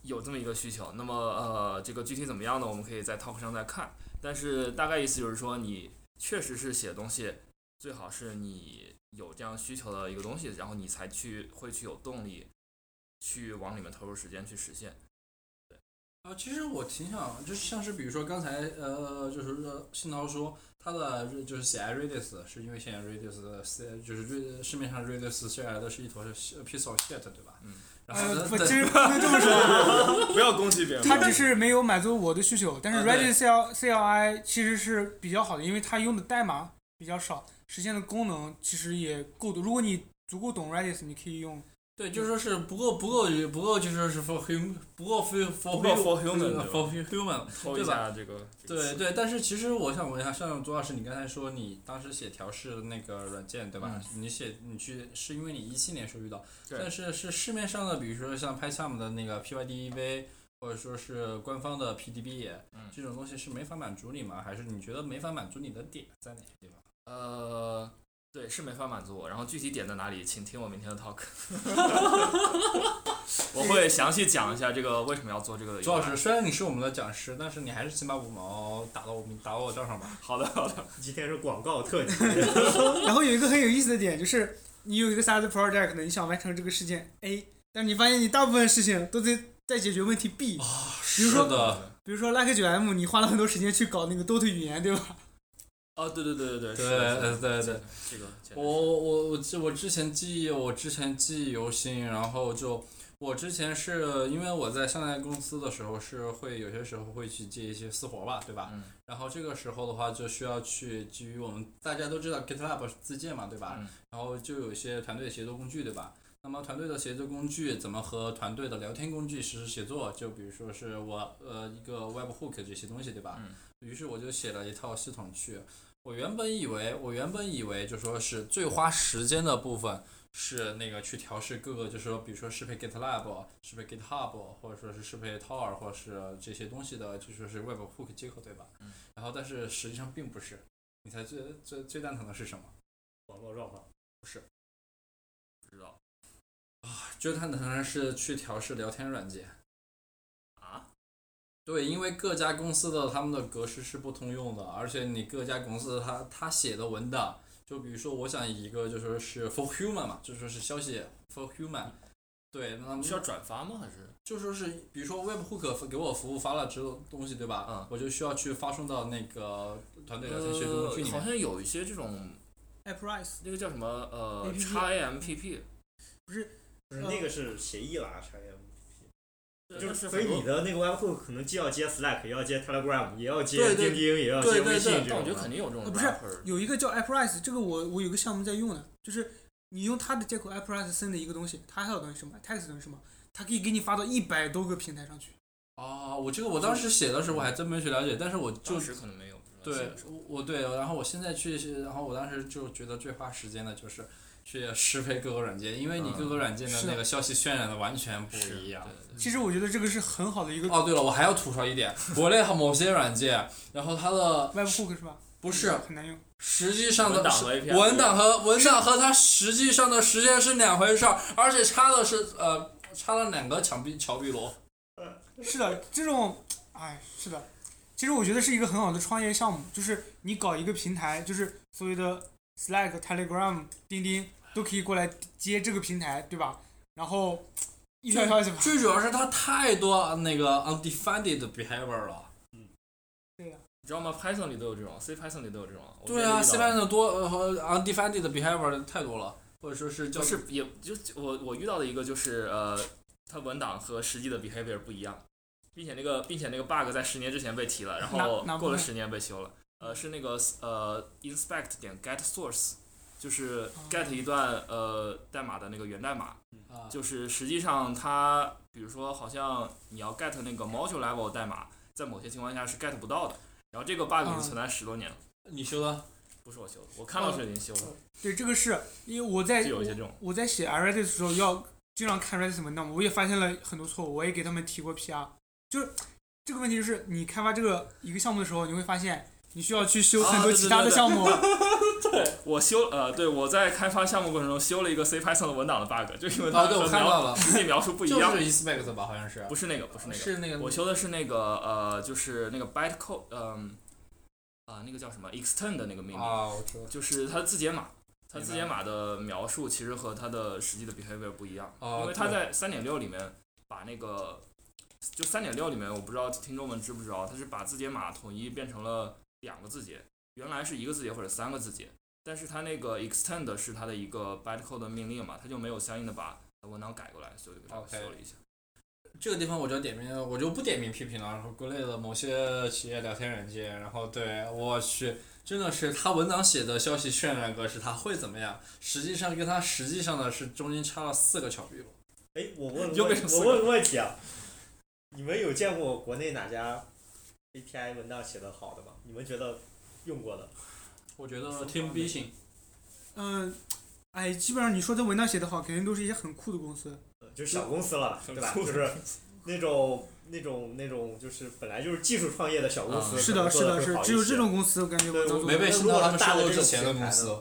S2: 有这么一个需求。那么呃，这个具体怎么样呢？我们可以在 talk 上再看。但是大概意思就是说，你确实是写东西，最好是你有这样需求的一个东西，然后你才去会去有动力去往里面投入时间去实现。
S1: 啊，其实我挺想，就是像是比如说刚才呃，就是说信涛说他的就是写 Redis 是因为现在 Redis 的就是 Red 市面上 Redis 写来的是一坨是 piece of shit，对吧？
S2: 嗯。
S1: 然后
S3: 呃，不，
S1: 但
S3: 其 实不能这么说，
S2: 不要攻击别
S3: 他只是没有满足我的需求。但
S1: 啊
S3: 是
S1: 对
S3: Redis CL CLI 其实是比较好的，因为它用的代码比较少，实现的功能其实也够多。如果你足够懂 Redis，你可以用
S1: 对，就说是不够不够不够，就说是 for hum 不够 for
S2: 不
S1: for
S2: 够 for human，
S1: 呃
S2: 对吧
S1: for human
S2: 抽一下这个。这个
S1: 对
S2: 词
S1: 对，但是其实我想问一下，像左老师，你刚才说你当时写调试的那个软件对吧？你写你去是因为你一七年时候遇到，
S2: 嗯对
S1: 但是是市面上的，比如说像 PyCharm 的那个 PYDEV，或 E 者说是官方的 PDB，、
S2: 嗯
S1: 这种东西是没法满足你吗？还是你觉得没法满足你的点在哪个地方？
S2: 呃，对，是没法满足我。然后具体点在哪里，请听我明天的 talk。我会详细讲一下这个为什么要做这个。
S1: 左老师，，虽然你是我们的讲师，但是你还是请把五毛打到我们打到我账上吧。
S2: 好的好的，
S4: 今天是广告 特辑，
S3: 然后有一个很有意思的点就是，你有一个 side project，你想完成这个事件 A，但是你发现你大部分事情都在在解决问题 B。比
S1: 哦
S3: 如说
S1: 是的，
S3: 比如说 Like 九 M，你花了很多时间去搞那个 Dota 语言，对吧？
S2: 哦，对对对对对，
S1: 对
S2: 是的
S1: 对
S2: 是的
S1: 对
S2: 这
S1: 对
S2: 个。这个简直
S1: 我我我记我之前记忆我之前记忆犹新，然后就我之前是因为我在上海公司的时候是会有些时候会去接一些私活吧，对吧？
S2: 嗯
S1: 然后这个时候的话就需要去基于我们大家都知道 GitLab 是自建嘛，对吧？
S2: 嗯
S1: 然后就有一些团队协作工具，对吧？那么团队的协作工具怎么和团队的聊天工具实时协作？就比如说是我呃一个 Webhook 这些东西，对吧？
S2: 嗯
S1: 于是我就写了一套系统去。我原本以为，我原本以为就说是最花时间的部分是那个去调试各个，就是说比如说适配 GitLab、适配 GitHub，或者说是适配 Tor，或者是这些东西的，就说是 Webhook 接口，对吧？
S2: 嗯
S1: 然后但是实际上并不是。你猜最最最蛋疼的是什么？
S4: 广告绕跑。
S2: 不知道
S1: 啊最蛋疼的是去调试聊天软件。
S2: 啊，
S1: 对，因为各家公司的他们的格式是不通用的，而且你各家公司它它写的文档，就比如说我想以一个就说是 for human 嘛，就说是消息 for human，对，那么
S2: 需要转发吗？还是
S1: 就说是比如说 webhook 给我服务发了这种东西，对吧？
S2: 嗯
S1: 我就需要去发送到那个团队聊天协作工具里
S2: 呃好
S1: 面。
S2: 像有一些这种
S3: App Rise
S2: 那个叫什么呃
S3: APP
S2: XMPP，嗯
S4: 就是那个是协议啦，啥也。
S2: 就
S4: 就是是
S2: 呃很
S4: 所以
S2: 多
S4: 你的那个 Webhook 可能既要接 Slack，也要接 Telegram，也要接
S1: 对对
S4: 钉钉，也要接
S1: 对对
S4: 微信
S1: 对
S4: 这
S2: 但
S4: 种
S2: 我觉
S4: 的
S2: 得。肯定有这种
S3: 呃不是
S2: rapper
S3: 有一个叫 App Rise，这个我我有个项目在用的，就是你用它的接口 App Rise 生的一个东西，它还有等于什么？Text 等于什么？它可以给你发到一百多个平台上去。
S1: 哦，我这个我当时写的时候我还真没去了解，但是我就
S2: 当时可能没有，不知道
S1: 对
S2: 现在，是
S1: 我我对，然后我现在去，然后我当时就觉得最花时间的就是去适配各个软件，因为你各个软件的
S3: 是
S1: 那个消息渲染的完全不
S2: 嗯是
S1: 一样。
S2: 对对对
S3: 其实我觉得这个是很好的一个
S1: 嗯哦，对了，我还要吐槽一点，国内某些软件，然后它的
S3: Webhook 是吧？
S1: 不是
S3: 很难用。
S1: 实际上
S2: 文
S1: 的
S2: 档
S1: 是
S2: 和 API
S1: 文档和文档和它实际上的时间是两回事儿，而且差的是呃差了两个墙壁乔壁罗。
S3: 是的，这种，哎，是的，其实我觉得是一个很好的创业项目，就是你搞一个平台，就是所谓的 Slack、Telegram、钉钉都可以过来接这个平台，对吧？然后一条消息吧。
S1: 最主要是它太多那个 undefined behavior 了。
S3: 对呀、
S2: 你知道吗？Python 里都有这种，C Python 里都有这种。我
S1: 对啊
S2: 之
S1: ，C
S2: 前遇到
S1: n 的多呃和 undefined behavior 太多了，或者说是叫
S2: 不是，也就就我我遇到的一个就是呃，它文档和实际的 behavior 不一样，并且那个并且那个 bug 在十年之前被提了，然后
S3: 哪哪部
S2: 过了
S3: 分
S2: 十年被修了。呃，是那个呃 inspect 点 get source，就是
S3: 哦
S2: get 一段呃代码的那个源代码，
S1: 啊，
S2: 就是实际上它比如说好像你要 get 那个 module level 代码，在某些情况下是 get 不到的。然后这个 bug 已经
S3: 嗯
S2: 存在十多年了，
S1: 你修的
S2: 不是我修的，我看到是已经修了，
S3: 对，这个是因为我在
S2: 就有一些这种。
S3: 我在写 Reddit 的时候要经常看 Reddit 文档，我也发现了很多错误，我也给他们提过 PR。就是这个问题，就是你开发这个一个项目的时候，你会发现你需要去修很
S2: 啊
S3: 多
S2: 对
S3: 其
S2: 对
S3: 他的
S2: 对对
S3: 项目。
S2: 我修呃，对我在开发项目过程中修了一个 C Python 的文档的 bug，就因为它
S1: 哦，对，我
S2: 和
S1: 看
S2: 描
S1: 到了，
S2: 实际描述不一
S1: 就
S2: 样，
S1: 是 inspect 吧，好像是，
S2: 不是那个，不是那个，
S1: 是那个
S2: 我修的是那个呃，就是那个 byte code，嗯、啊、那个叫什么 extend 的那个命令，
S1: 啊，我知道。
S2: 就是它的字节码，它
S1: 明白
S2: 字节码的描述其实和它的实际的 behavior 不一样，
S1: 哦
S2: 因为它在三点六里面把那个就三点六里面，我不知道听众们知不知道，它是把字节码统一变成了两个字节，原来是一个字节或者三个字节，但是它那个 extend 是它的一个 bytecode 的命令嘛，它就没有相应的把文档改过来，所以我就给它
S1: OK
S2: 修了一下。
S1: 这个地方我就点名，我就不点名批评了。然后国内的某些企业聊天软件，然后对我去真的是他文档写的消息渲染格式，他会怎么样？实际上跟他实际上的是中间差了四个巧克力吧。
S4: 哎，我问
S2: 又
S4: 个
S2: 被
S4: 问
S2: 人
S4: 我
S2: 撕
S4: 问个问题啊，你们有见过国内哪家 API 文档写的好的吗？你们觉得用过的？
S1: 我觉得
S4: 疯狂
S1: Team
S4: 的
S1: Vision
S3: 嗯、哎，基本上你说这文档写得好，肯定都是一些很酷的公司。
S4: 呃就是小公司了，对吧？就是那种那种那种，就是本来就是技术创业的小公司，
S1: 嗯
S3: 是
S4: 可能
S3: 的，
S4: 做
S3: 是的，
S4: 会
S3: 是
S4: 好
S3: 的，
S4: 一
S3: 只有
S4: 些
S3: 这种公司感觉
S4: 对
S3: 文档
S4: 我
S3: 做
S1: 没
S3: 得
S1: 被
S3: 好
S1: 新到他们
S4: 大
S1: 收
S4: 的
S1: 购
S4: 这
S1: 之
S4: 种
S1: 前
S4: 平
S1: 公
S4: 台
S1: 司
S4: 呢，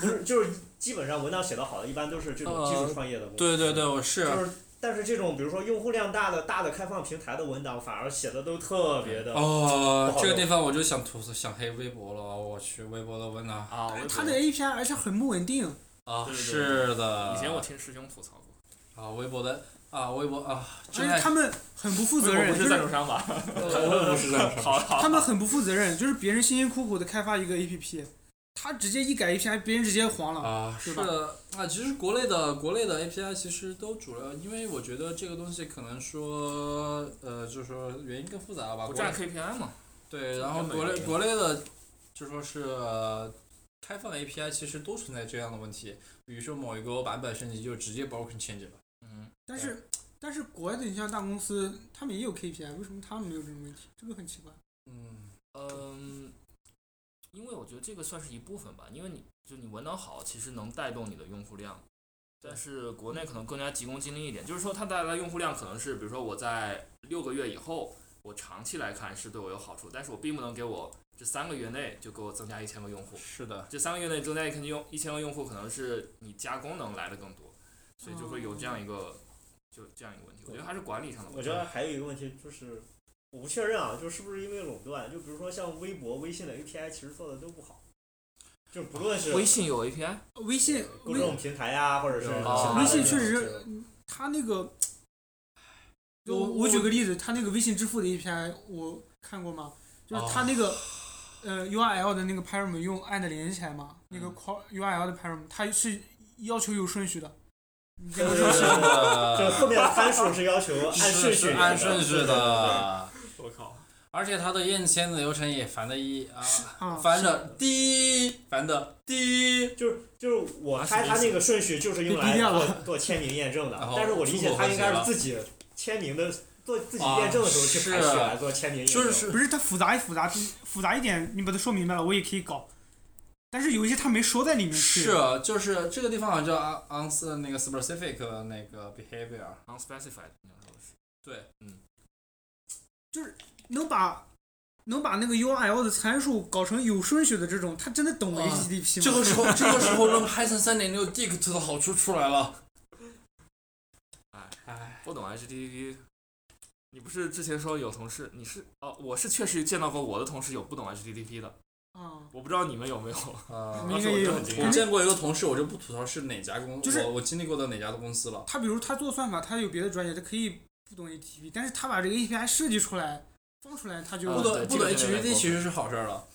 S4: 不是就是基本上文档写的好的，一般都是这种技术创业的公司。
S1: 对对对，我是哦
S4: 就是，但是这种比如说用户量大的大的开放平台的文档，反而写的都特别的。
S1: 哦
S4: 不，好
S1: 这个
S4: 用
S1: 地方我就想吐槽，想黑微博了。我去，微博的文档
S2: 啊，我
S3: 它的 API 而且很不稳定，
S1: 啊，
S2: 对对对
S1: 是的，
S3: 呃
S2: 以前我听师兄吐槽过，
S1: 啊，微博的啊，微博啊，真爱
S3: 而且
S4: 哎
S3: 哎
S1: 呃
S3: 他们很不负责
S2: 我
S3: 任，
S2: 不
S3: 就是
S2: 赞
S3: 是
S2: 助商吧？
S1: 我也不是这样说
S2: 好
S4: 啊
S2: 好，
S3: 他们很不负责任，就是别人辛辛苦苦的开发一个 APP，他直接一改 API，别人直接黄了。
S1: 啊，
S3: 对
S1: 是
S3: 吧
S1: 的啊，其实国内的国内的 API 其实都主要，因为我觉得这个东西可能说，呃，就是说原因更复杂吧。
S2: 不
S1: 国
S2: 占
S1: 内
S2: KPI 嘛？
S1: 对，
S2: 这
S1: 然后
S2: 么
S1: 国
S2: 一个
S1: 内
S2: 原因
S1: 国内的就说是、呃开放 API 其实都存在这样的问题，比如说某一个版本升级就直接 broken change 了。
S2: 嗯，
S3: 但是但是国外的你像大公司，他们也有 KPI，为什么他们没有这种问题？这个很奇怪。
S1: 嗯，
S2: 嗯，因为我觉得这个算是一部分吧，因为你就你文档好，其实能带动你的用户量，但是国内可能更加急功近利一点，就是说它带来的用户量可能是，比如说我在六个月以后，我长期来看是对我有好处，但是我并不能给我这三个月内就给我增加一千个用户，
S1: 是的，
S2: 这三个月内增加一千用一千个用户，可能是你加功能来的更多，所以就会有这样一个就这样一个问题，我觉得还是管理上的问题。
S4: 我觉得还有一个问题就是，我不确认啊，就是不是因为垄断？就比如说像微博、微信的 API 其实做的都不好，就不论是
S2: 微信有 API，
S3: 微信
S4: 各
S3: 微
S4: 种平台呀、或者是其他的
S3: 微信确
S4: 这
S3: 实
S4: 种
S3: 是，它那个，就
S1: 我
S3: 我
S1: 我
S3: 我举个例子，它那个微信支付的 API 我看过吗？就是它那个、呃 URL 的那个 param 用 and 连起来嘛，那个 call URL 的 param 它是要求有顺序的，你这个
S4: 对
S3: 顺
S4: 对
S3: 序
S4: 对就
S1: 的，
S4: 后面的参数是要求按顺序
S1: 是
S4: 的，
S1: 按顺序的。
S2: 我靠，
S1: 而且它的验签的流程也烦的一啊，
S3: 是啊，
S1: 烦的滴，烦的滴，
S4: 对。就是就是我猜他那个顺序就是用来做做签名验证的
S1: 然后，
S4: 但是我理解他应该是自己签名的做自己验证的时候去排序来做签名验证。
S1: 啊就是是
S3: 不是它复杂一复杂复杂一点，你把它说明白了，我也可以搞，但是有一些它没说在里面去，
S1: 是就是这个地方好像叫 on on 那个 specific 那个 behavior，
S2: unspecified 应该说是。
S1: 对，
S3: 能把。能把那个 URL 的参数搞成有顺序的这种，他真的懂
S4: 嗯
S1: 啊
S3: HTTP 吗？
S1: 这个时候这个时候用 Python 三点六 dict 的好处出来了。
S2: 哎
S1: 哎，
S2: 不懂 HTTP，你不是之前说有同事，你是哦，我是确实见到过我的同事有不懂 HTTP 的，
S3: 啊，
S2: 我不知道你们有没 有。
S1: 呃
S3: 我们应
S2: 当时
S3: 该
S2: 我
S3: 也
S2: 真的
S3: 有
S2: 很惊
S1: 我
S2: 讶。
S1: 见过一个同事，我就不吐槽是哪家公，
S3: 就是
S1: 我我经历过的哪家的公司了。
S3: 他比如他做算法，他有别的专业，他可以不懂 APP，但是他把这个 API 设计出来，放出来，他就、
S2: 啊
S1: 不
S4: 嗯
S1: 懂
S2: 对
S1: 不懂
S2: 这个真的有
S1: HVD
S2: 点
S1: 其实是好事儿了。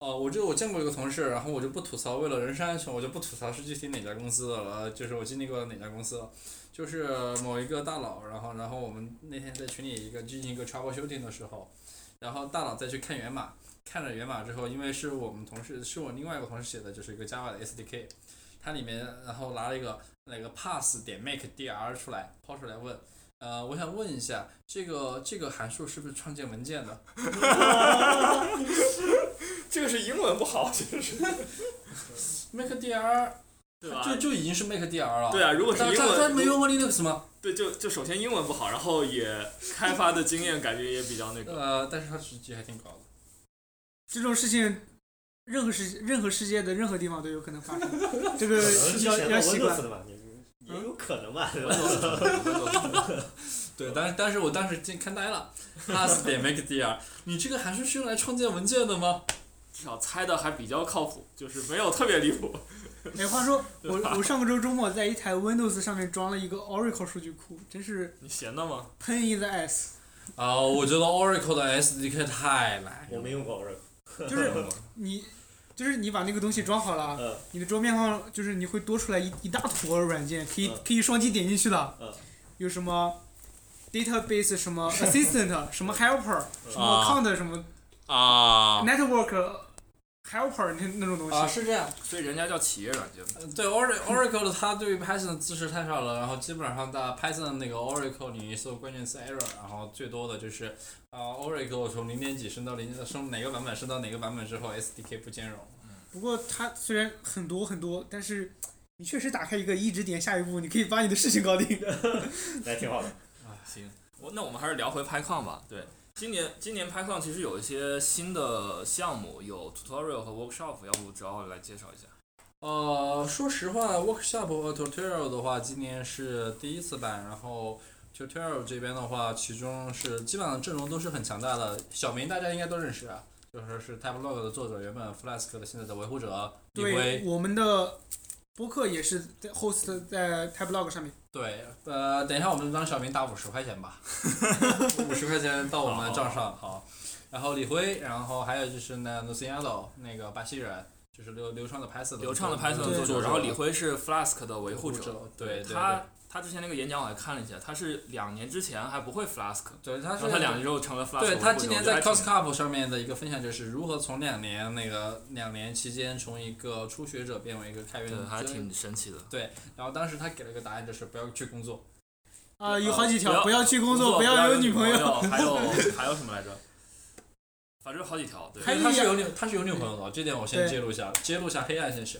S1: 哦，我记得我见过一个同事，然后我就不吐槽，为了人身安全，我就不吐槽是具体哪家公司的了，就是我经历过的哪家公司了，就是某一个大佬，然后然后我们那天在群里一个进行一个 troubleshooting 的时候，然后大佬再去看源码，看了源码之后，因为是我们同事，是我另外一个同事写的，就是一个 Java 的 SDK，它里面然后拿了一个那个 pass 点 make dir 出来抛出来问，呃，我想问一下，这个这个函数是不是创建文件的？
S2: 这个是英文不好，就是
S1: Make DR
S2: 对吧？
S1: 就就已经是 Make DR 了。
S2: 对啊，如果是
S1: 他
S2: 英
S1: 他他没
S2: 文，
S1: 用过 Linux 吗？
S2: 对，就就首先英文不好，然后也开发的经验感觉也比较那个。
S1: 呃，但是他实际还挺高的。
S3: 这种事情，任何世任何世界的任何地方都有可能发 生，这个
S4: 可能之
S3: 要
S4: 前
S3: 要
S4: 的
S3: 习惯嗯
S4: Windows 的吧，你也有可能吧，对吧？
S2: Windows
S1: 对，但是但是我当时真看呆了，Plus 点 Make DR，你 这个函数是用来创建文件的吗？
S2: 至少猜的还比较靠谱，就是没有特别离谱。
S3: 哎，话 说我我上个周周末在一台 Windows 上面装了一个 Oracle 数据库，真是
S2: 你闲的吗？
S3: 喷 in the ass，
S1: 啊、我觉得 Oracle 的 SDK 太难
S4: 我
S1: 用了。
S4: 没用过 Oracle，
S3: 就是你。就是你把那个东西装好
S1: 啊
S3: 了，
S4: 嗯
S3: 你的桌面上就是你会多出来一一大坨软件，可以、
S4: 嗯
S3: 可以双击点进去的，
S4: 嗯
S3: 有什么 database 什么 assistant 什么 helper 什么
S1: 啊
S3: account 什么
S5: 啊
S3: network helper 那那种东西。
S1: 啊，是这样。
S2: 所以人家叫企业软件嘛。
S1: 呃对 Oracle Oracle 它对于 Python 的支持太少了，然后基本上大 Python 那个 Oracle 你一搜关键词 error，然后最多的就是啊、Oracle 从零点几升到零升哪个版本升到哪个版本之后 SDK 不兼容。
S3: 不过它虽然很多很多，但是你确实打开一个一直点下一步，你可以把你的事情搞定。
S4: 那挺好的。
S2: 啊行，我那我们还是聊回 PyCon 吧。对，今年今年 PyCon 其实有一些新的项目，有 tutorial 和 workshop，要不只要来介绍一下？
S1: 呃，说实话，workshop 和 tutorial 的话，今年是第一次办，然后 tutorial 这边的话，其中是基本上阵容都是很强大的，小明大家应该都认识啊，就是是 Tableau 的作者，原本 Flask 的现在的维护者李
S3: 对，
S1: 辉，
S3: 我们的播客也是在 host 在 Tablog 上面。
S1: 对，呃，等一下我们让小明打五十块钱吧，五十块钱到我们的账上，好，然后李辉，然后还有就是呢 n o c i a d o 那个巴西人，就是流流畅的 Python 的
S2: 流畅的
S1: 作者
S2: Python 作
S1: 作
S2: 者，然后李辉是 Flask 的维
S1: 维
S2: 护
S1: 者
S2: 者。，
S1: 对，对
S2: 他，他之前那个演讲我还看了一下，他是两年之前还不会 Flask，
S1: 对，对他
S2: 然
S1: 是
S2: 后他两年之后成了 Flask
S1: 对
S2: 维护者。
S1: 他今年在
S2: 我觉得还挺
S1: CosCup 上面的一个分享就是如何从两年那个两年期间从一个初学者变为一个开源
S2: 对，还
S1: 者。
S2: 挺神奇的。
S1: 然后当时他给了一个答案，就是不要去工作。
S3: 啊、有好几
S2: 不要
S3: 条，不要去 工
S2: 工
S3: 作，
S2: 不
S3: 要
S2: 有
S3: 女
S2: 朋
S3: 友。
S2: 还 有还有什么来着？反正有好几条，对
S3: 还有
S1: 他是
S3: 一
S1: 有女他是有女朋友的，这点我先
S3: 对
S1: 揭露一下，揭露一下黑暗现实。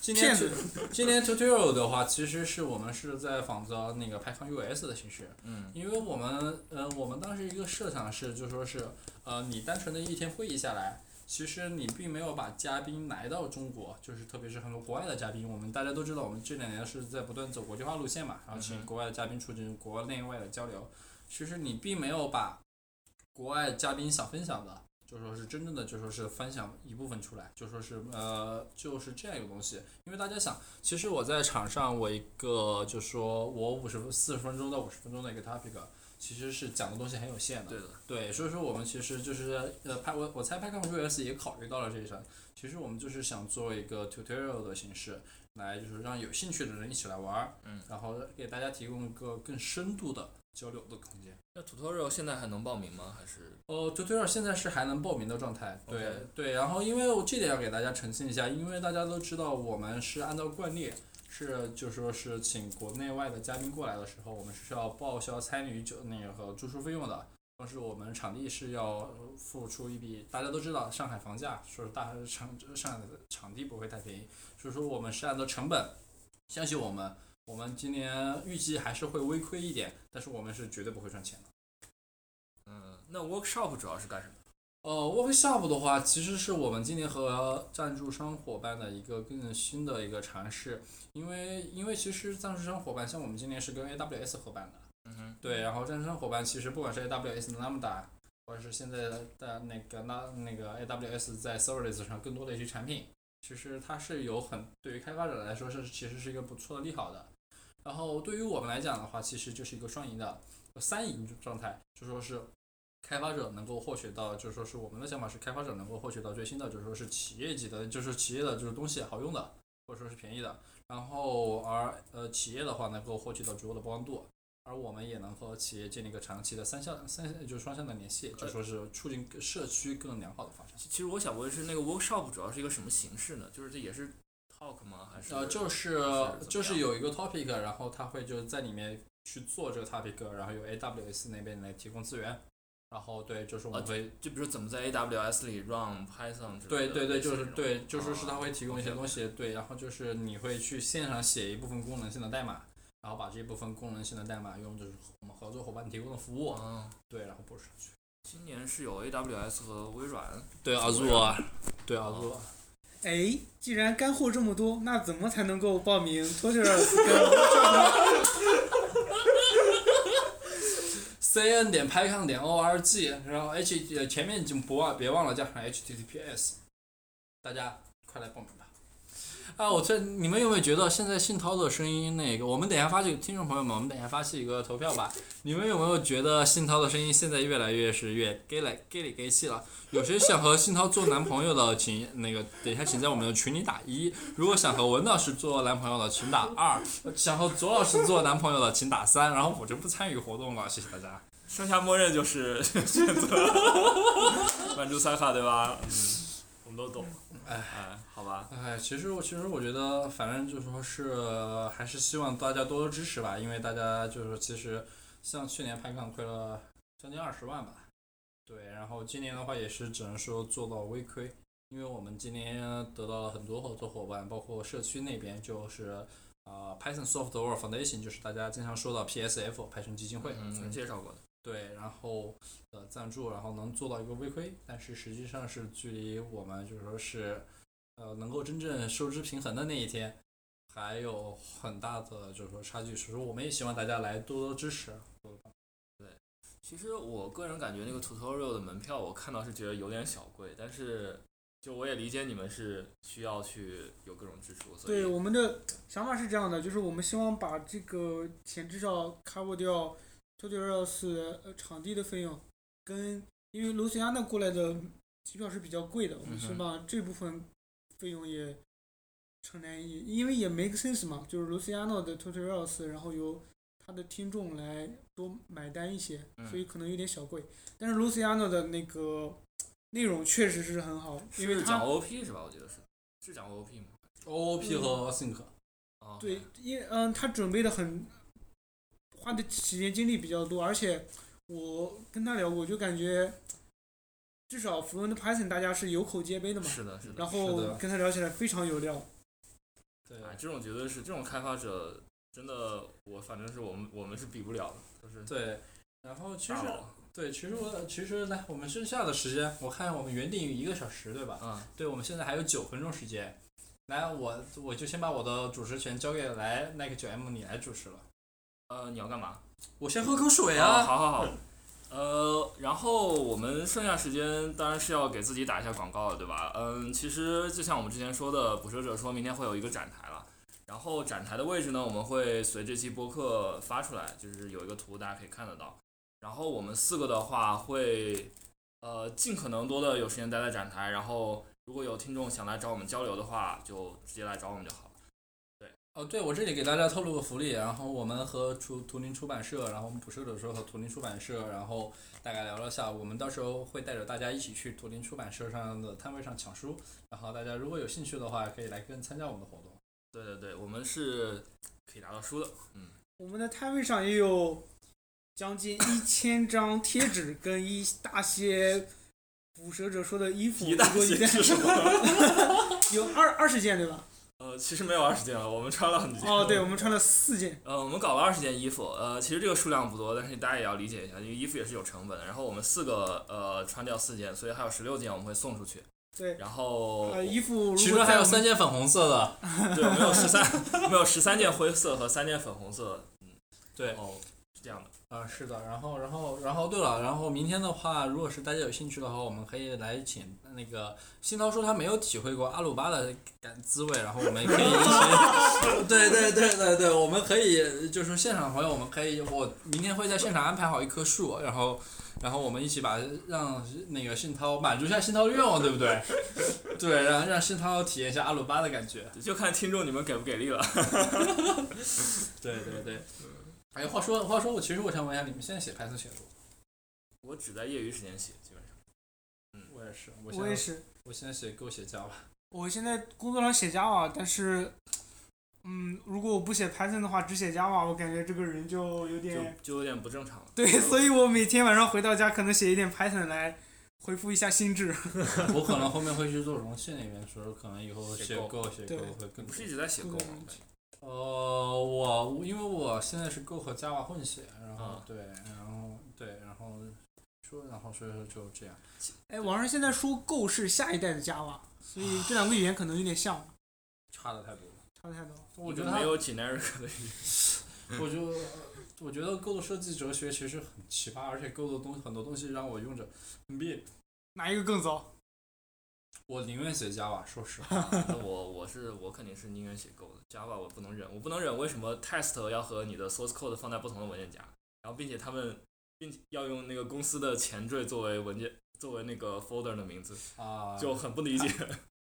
S1: 今
S3: 骗
S1: 年
S3: 子
S1: 今年 tutorial 的话，其实是我们是在仿照那个 Python US 的形式，
S2: 嗯，
S1: 因为我们呃，我们当时一个设想是，就说是呃，你单纯的一天会议下来，其实你并没有把嘉宾来到中国，就是特别是很多国外的嘉宾，我们大家都知道，我们这两年是在不断走国际化路线嘛，然后
S2: 嗯
S1: 请
S2: 哼
S1: 国外的嘉宾促进国内外的交流，其实你并没有把国外嘉宾想分享的。就说是真正的，就说是分享一部分出来，就说是呃，就是这样一个东西。因为大家想，其实我在场上，我一个就说我五十四十分钟到五十分钟的一个 topic，其实是讲的东西很有限的。
S2: 对的。
S1: 对，所以说我们其实就是呃，拍我我猜拍 y t US 也考虑到了这一层。其实我们就是想做一个 tutorial 的形式，来就是让有兴趣的人一起来玩儿，
S2: 嗯，
S1: 然后给大家提供一个更深度的交流的空间。
S2: 那 tutorial 现在还能报名吗？还是
S1: 哦，对对了，现在是还能报名的状态。对
S2: OK
S1: 对，然后因为我这点要给大家澄清一下，因为大家都知道我们是按照惯例，是就说是请国内外的嘉宾过来的时候，我们是需要报销参与酒那个和住宿费用的。但是我们场地是要付出一笔，大家都知道上海房价，说是大场上海的场地不会太便宜，所以说我们是按照成本，相信我们，我们今年预计还是会微亏一点，但是我们是绝对不会赚钱的。
S2: 嗯，那 workshop 主要是干什么？
S1: 呃，workshop 的话，其实是我们今年和赞助商伙伴的一个更新的一个尝试，因为因为其实赞助商伙伴像我们今年是跟 AWS 合办的，
S2: 嗯哼，
S1: 对，然后赞助商伙伴其实不管是 AWS Lambda，或者是现在的那个那那个 AWS 在 Serverless 上更多的一些产品，其实它是有很对于开发者来说是其实是一个不错的利好的。然后对于我们来讲的话，其实就是一个双赢的三赢状态，就说是开发者能够获取到，就是说是我们的想法是开发者能够获取到最新的，就是说是企业级的，就是企业的就是东西好用的，或者说是便宜的。然后而呃企业的话能够获取到足够的曝光度，而我们也能和企业建立一个长期的三向三就是双向的联系，就说是促进社区更良好的发展。
S2: 其其实我想问的呃是，那个 workshop 主要是一个什么形式呢？就是这也是 talk 吗？还是
S1: 呃，就是
S2: 是
S1: 就
S2: 怎么
S1: 是
S2: 样
S1: 有一个 topic，然后他会就是在里面去做这个 topic，然后由 AWS 那边来提供资源，然后对，就是我们
S2: 啊
S1: 会
S2: 就比如说怎么在 AWS 里 run Python 之类
S1: 对
S2: 的
S1: 对对，就是
S2: 类似这种
S1: 对，就说是它
S2: 啊
S1: 会提供一些
S2: OK
S1: 东西，对，然后就是你会去线上写一部分功能性的代码，然后把这部分功能性的代码用就是我们合作伙伴提供的服务，啊
S2: 嗯，
S1: 对，然后播出去。
S2: 今年是有 AWS 和微软，
S1: 对
S2: 啊如果，
S1: 对啊
S2: 哦
S1: 如果
S3: 哎，既然干货这么多，那怎么才能够报名 Twitter 跟
S1: c n 点 pycon 点 org，然后 h 呃前面就不忘别忘了加上 https，大家快来报名吧！啊，我这你们有没有觉得现在信涛的声音那个？我们等一下发起听众朋友们，我们等一下发起一个投票吧。你们有没有觉得信涛的声音现在越来越是越 gay 来 gay 里 gay 气了？有谁想和信涛做男朋友的，请那个等一下，请在我们的群里打一；如果想和文老师做男朋友的，请打二；想和左老师做男朋友的，请打三。然后我就不参与活动了，谢谢大家。
S2: 剩下默认就是 选择满足算法，对吧？嗯，我们都 懂。
S1: 哎
S2: 哎，好吧，
S1: 哎，其实我其实我觉得，反正就是说是呃还是希望大家多多支持吧，因为大家就是说其实像去年拍杠亏了将近二十万吧，对，然后今年的话也是只能说做到微亏，因为我们今年得到了很多合作伙伴，包括社区那边就是呃 Python Software Foundation，就是大家经常说到 PSF 拍成基金会，
S2: 嗯，介绍过的。
S1: 对，然后呃赞助，然后能做到一个微亏，但是实际上是距离我们就是说是呃能够真正收支平衡的那一天，还有很大的就是说差距，所以说我们也希望大家来多多支持。
S2: 其实我个人感觉那个 tutorial 的门票，我看到是觉得有点小贵，但是就我也理解你们是需要去有各种支出，所以
S3: 对我们的想法是这样的，就是我们希望把这个钱至少 cover 掉 tutorials 呃场地的费用，跟因为卢斯亚纳过来的机票是比较贵的，我们希
S2: 嗯哼
S3: 望这部分费用也承担一，因为也 make sense 嘛，就是卢斯亚纳的 tutorials，然后由他的听众来多买单一些，
S2: 嗯
S3: 所以可能有点小贵，但是卢斯亚纳的那个内容确实是很好，因为
S2: 是
S3: 他
S2: 讲 OP 是吧？我觉得是，是讲 OP 吗？
S1: OOP 和 Think，
S2: 啊，
S3: 对，因嗯，他准备的很，花的时间精力比较多，而且我跟他聊过，我就感觉至少 Fluent Python 大家是有口皆碑的嘛，
S2: 是的，是的。
S3: 然
S1: 是的
S3: 后跟他聊起来非常有料。
S1: 对，
S2: 哎，这种绝对是这种开发者，真的，我反正是我们我们是比不了的，就是
S1: 对，然后其实
S2: 大佬
S1: 对，其实我其实来我们剩下的时间，我看我们原定于一个小时，对吧？
S2: 啊，
S1: 对，我们现在还有九分钟时间，来，我我就先把我的主持权交给来 Nike 九 M 你来主持了。
S2: 呃，你要干嘛？
S1: 我先喝口水
S2: 啊，
S1: 啊。
S2: 好好好。呃，然后我们剩下时间当然是要给自己打一下广告了，对吧？嗯，其实就像我们之前说的，捕蛇者说明天会有一个展台了，然后展台的位置呢，我们会随这期播客发出来，就是有一个图大家可以看得到。然后我们四个的话会，呃，尽可能多的有时间待在展台，然后如果有听众想来找我们交流的话，就直接来找我们就好了。
S1: 哦，对，我这里给大家透露个福利，然后我们和出图灵出版社，然后我们捕蛇者说和图灵出版社，然后大概聊了下，我们到时候会带着大家一起去图灵出版社上的摊位上抢书，然后大家如果有兴趣的话，可以来跟参加我们的活动。
S2: 对对对，我们是可以拿到书的。嗯，
S3: 我们的摊位上也有将近一千张贴纸跟一大些捕蛇者说的衣服，
S2: 一大
S3: 如果你
S2: 些
S3: 在
S2: 是什么？
S3: 有二二十件对吧？
S2: 呃，其实没有二十件了，我们穿了很多。
S3: 哦，对，
S1: 嗯
S3: 我们穿了四件。
S2: 呃，我们搞了二十件衣服，呃，其实这个数量不多，但是大家也要理解一下，因为衣服也是有成本的。然后我们四个呃穿掉四件，所以还有十六件我们会送出去。
S3: 对，
S2: 然后、
S1: 哎
S3: 呃，衣服如果
S1: 其中还有
S3: 在我们
S1: 三件粉红色的，
S2: 对，我们有十三，我们有十三件灰色和三件粉红色。
S1: 对，
S2: 哦，是这样的。
S1: 啊，是的，然后，然后，然后，对了，然后明天的话，如果是大家有兴趣的话，我们可以来请那个新涛说他没有体会过阿鲁巴的感滋味，然后我们可以一起，对对对对对，我们可以就是说现场的朋友，我们可以，我明天会在现场安排好一棵树，然后，然后我们一起把让那个信涛满足一下信涛的愿望，对不对？ 对，让让信涛体验一下阿鲁巴的感觉。
S2: 就看听众你们给不给力了。
S1: 对对对。哎，话说话说，我其实我想问一下，你们现在写 Python 写的多？
S2: 我只在业余时间写，基本上。
S1: 我也是，我
S3: 我也是。
S1: 我现在写给我写 Java，
S3: 我现在工作上写 Java，但是，嗯，如果我不写 Python 的话，只写 Java，我感觉这个人就有点
S2: 就就有点不正常了。
S3: 对，所以我每天晚上回到家，可能写一点 Python 来回复一下心智。
S1: 我可能后面会去做容器那边，所以可能以后
S2: 写
S1: 写
S2: 够
S1: 够写
S3: 对
S1: 够会更
S2: 你不
S1: 多
S2: 是一。直在写
S3: 对
S2: 够吗？
S3: 对
S2: 我感觉
S1: 呃，我因为我现在是 Go 和 Java 混血，然后、
S2: 啊
S1: 对，然后对，然后说，然后所以说就这样。
S3: 哎，网上现在说 Go 是下一代的 Java，所以这两个语言可能有点像，
S1: 差的太多了。
S3: 差不太多。
S1: 我
S2: 一
S1: 觉
S2: 个
S1: 得它
S2: 没，有 generic 的语言。
S1: 我就我觉得 Go 的设计哲学其实很奇葩，而且 Go 的东很多东西让我用着很别扭，
S3: 哪一个更糟？
S1: 我宁愿写 Java，说实话。
S2: 那我我是我肯定是宁愿写 Go 的，Java 我不能忍，我不能忍为什么 test 要和你的 source code 放在不同的文件夹，然后并且他们并且要用那个公司的前缀作为文件作为那个 folder 的名字，
S1: 啊、
S2: 就很不理解。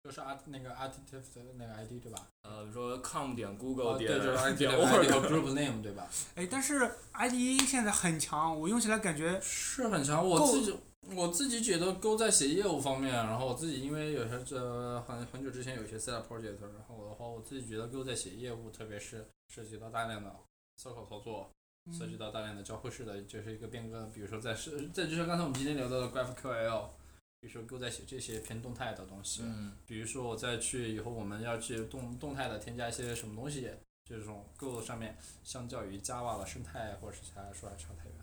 S1: 就是 art 那个 artifact 的那个 ID 对吧？
S2: 呃，比如说 com 点
S1: 哦，
S2: google
S1: 对，
S2: 点
S1: 就是 ID
S2: 点
S1: 的 ID 和
S2: org，
S1: group name 对吧？
S3: 哎，但是 IDE 现在很强，我用起来感觉
S1: 是很强，我
S3: 够
S1: 自己我自己觉得 Go 在写业务方面，然后我自己因为有些这很很久之前有一些 side project，然后的话我自己觉得 Go 在写业务，特别是涉及到大量的 circle 操作，
S3: 嗯
S1: 涉及到大量的交互式的，就是一个变更，比如说在是，这就是刚才我们今天聊到的 GraphQL，比如说 Go 在写这些偏动态的东西，
S2: 嗯，
S1: 比如说我再去以后我们要去动动态的添加一些什么东西，这种 Go 上面相较于 Java 的生态或者是其他来说还差太远。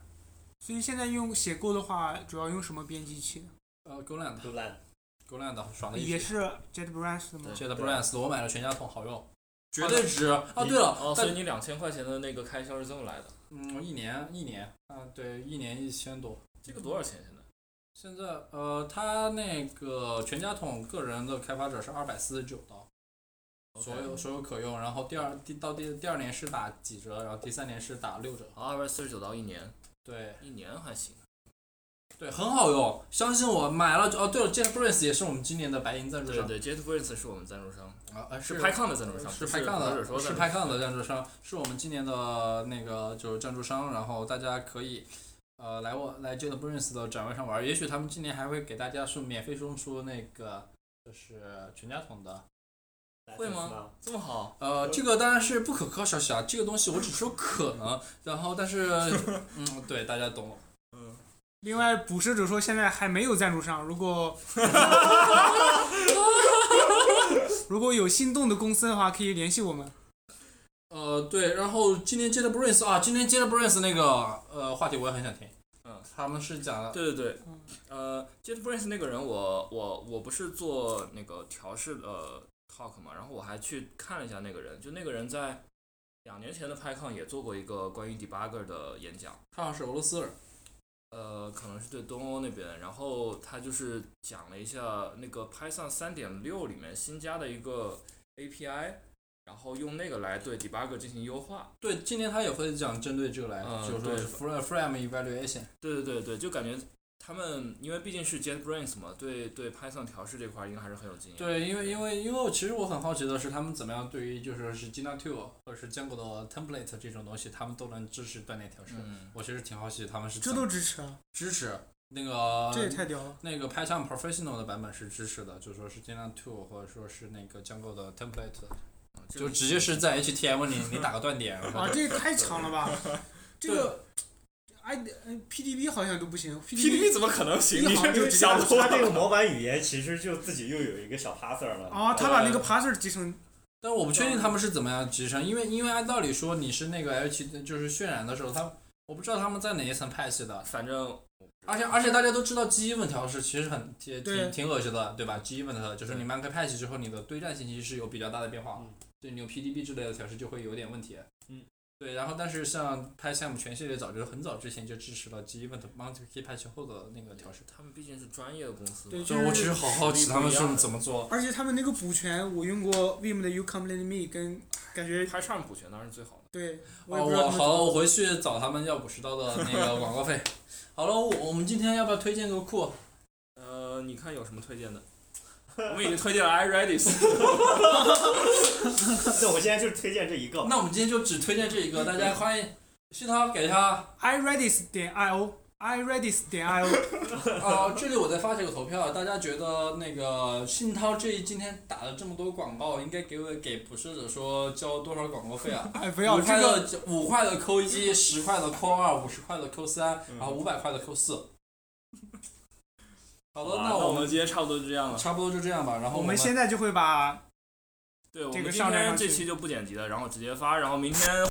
S3: 所以现在用写 Go 的话，主要用什么编辑器？
S1: 呃，GoLand
S4: 都烂。
S1: GoLand 爽的一批
S3: 也是 JetBrains 的吗？
S1: JetBrains 我买了全家桶，好用，绝
S2: 啊
S1: 对值啊！对了，
S2: 哦，所
S1: 但
S2: 以你两千块钱的那个开销是这么来的？
S1: 嗯，一年一年啊，对，一年一千多。
S2: 这个多少钱现在？
S1: 现在呃，它那个全家桶个人的开发者是二百四十九刀，所有所有可用。然后第二第到第第二年是打几折，然后第三年是打六折。
S2: 二百四十九刀一年，
S1: 对
S2: 一年还行。
S1: 对，很好用，相信我，买了就哦。对了，JetBrains 也是我们今年的白银赞助
S2: 对
S1: 商
S2: 对，JetBrains 是我们赞助商，
S1: 啊，呃
S2: 是 PyCon 的赞助商，
S1: 是
S2: 不
S1: 拍抗
S2: 或者
S1: 的，
S2: 说
S1: 是
S2: 赞助
S1: 拍抗的赞助商，是我们今年的那个就是赞助商，然后大家可以。呃，来我来 JetBrains 的展位上玩儿，也许他们今年还会给大家送免费送出那个就是全家桶的。
S2: 会吗？这么好，
S1: 呃，这个当然是不可靠消息啊，这个东西我只说可能，然后但是 嗯，对，大家懂了。
S2: 嗯，
S3: 另外，捕食者说现在还没有赞助商，如果如果有心动的公司的话，可以联系我们。
S1: 呃，对，然后今天 JetBrains 啊，今天 JetBrains 那个呃话题我也很想听。
S2: 嗯，
S1: 他们是讲了
S2: 对对对
S3: 嗯，
S2: 呃，JetBrains 那个人我，我我不是做那个调试的呃 talk 嘛，然后我还去看了一下那个人，就那个人在两年前的 PyCon 也做过一个关于 debugger 的演讲，
S1: 他好像是俄罗斯人。
S2: 呃，可能是对东欧那边，然后他就是讲了一下那个 Python 三点六里面新加的一个 API，然后用那个来对 debugger 进行优化。
S1: 对，今年他也会讲针对这个来，
S2: 嗯
S1: 就是说
S2: 对
S1: fra- frame evaluation。
S2: 对对对对，就感觉他们因为毕竟是 JetBrains 嘛，对对 Python 调试这块儿应该还是很有经验。
S1: 对，因为因为因为我其实我很好奇的是，他们怎么样对于就是说是 g i n a t o 或者是坚果的 template 这种东西，他们都能支持锻炼调试。
S2: 嗯，
S1: 我其实挺好奇他们是
S3: 这
S1: 怎么
S3: 都支持啊，
S1: 支持那
S3: 这也
S1: 个
S3: 太屌了！
S1: 那个 Python Professional 的版本是支持的，就说是 g i n a t o 或者说是那个 Django 的 template，
S2: 嗯这
S1: 就
S2: 个
S1: 直接是在 HTML 里你打个断 点，然后
S3: 啊，这也太强 了吧！这个 I 呃 PDB 好像都不行
S2: PDB 怎么可能行？
S3: 一
S2: 你
S3: 行
S2: 这
S3: 就
S2: 就
S3: 直接
S2: 想
S3: 按
S2: 多
S4: 他这
S2: 了。
S4: 个模板语言其实就自己又有一个小 passer 了。
S3: 啊，他把那个 parser 集成
S1: 但我不确定他们是怎么样集成，因为因为按道理说你是那个 H 就是渲染的时候，他我不知道他们在哪一层派系的，
S2: 反正
S1: 而且而且大家都知道 G 问调是其实很挺
S3: 对
S1: 挺挺恶心的，对吧？G 问的就是
S2: 对
S1: 你满开派系之后，你的堆栈信息是有比较大的变化
S4: 嗯，
S1: 对你用 PDB 之类的调试就会有点问题。
S4: 嗯，
S1: 对，然后但是像 p y t h 全系列早就是很早之前就支持了 G 问的 Monte 派系后的那个调试，
S2: 他们毕竟是专业的公司嘛，
S3: 对
S1: 所
S3: 就
S1: 以
S3: 是
S1: 我其实好好奇他们是怎么做。
S3: 而且他们那个补全，我用过 Vim 的 You Complete Me，跟感觉
S2: PyCharm 补全当然是最好的。
S3: 对，我也
S1: 哦，
S3: 不知道
S1: 我
S3: 他们怎
S1: 好了，
S3: 么
S1: 我回去找他们要五十刀的那个广告费。好了，我我们今天要不要推荐个库？
S2: 呃，你看有什么推荐的？我们已经推荐了 iRedis，
S4: 那我现在就推荐这一个。
S1: 那我们今天就只推荐这一个，大家欢迎系统给他。
S3: iRedis 点 io，iRedis 点 io，
S1: 哦，这里我再发起个投票，大家觉得那个信涛这一今天打了这么多广告，应该给我给捕食者说交多少广告费啊？
S3: 哎， 不
S1: 不
S3: 要
S1: 五
S3: 这
S1: 块
S3: 个。
S1: 的五块的扣一，十块的扣二，五十块的扣三，然后五百块的扣四。好的，
S2: 好
S1: 那
S2: 那
S1: 我
S2: 我
S1: 们
S2: 们今天差不多就这样了。
S1: 差不多就这样吧。然后
S3: 我
S1: 们
S3: 们现在就会把
S2: 对，我
S3: 这
S2: 们
S3: 个
S2: 今
S3: 上传
S2: 天
S3: 上
S2: 这
S3: 去
S2: 期就不剪辑了，然后直接发，然后明天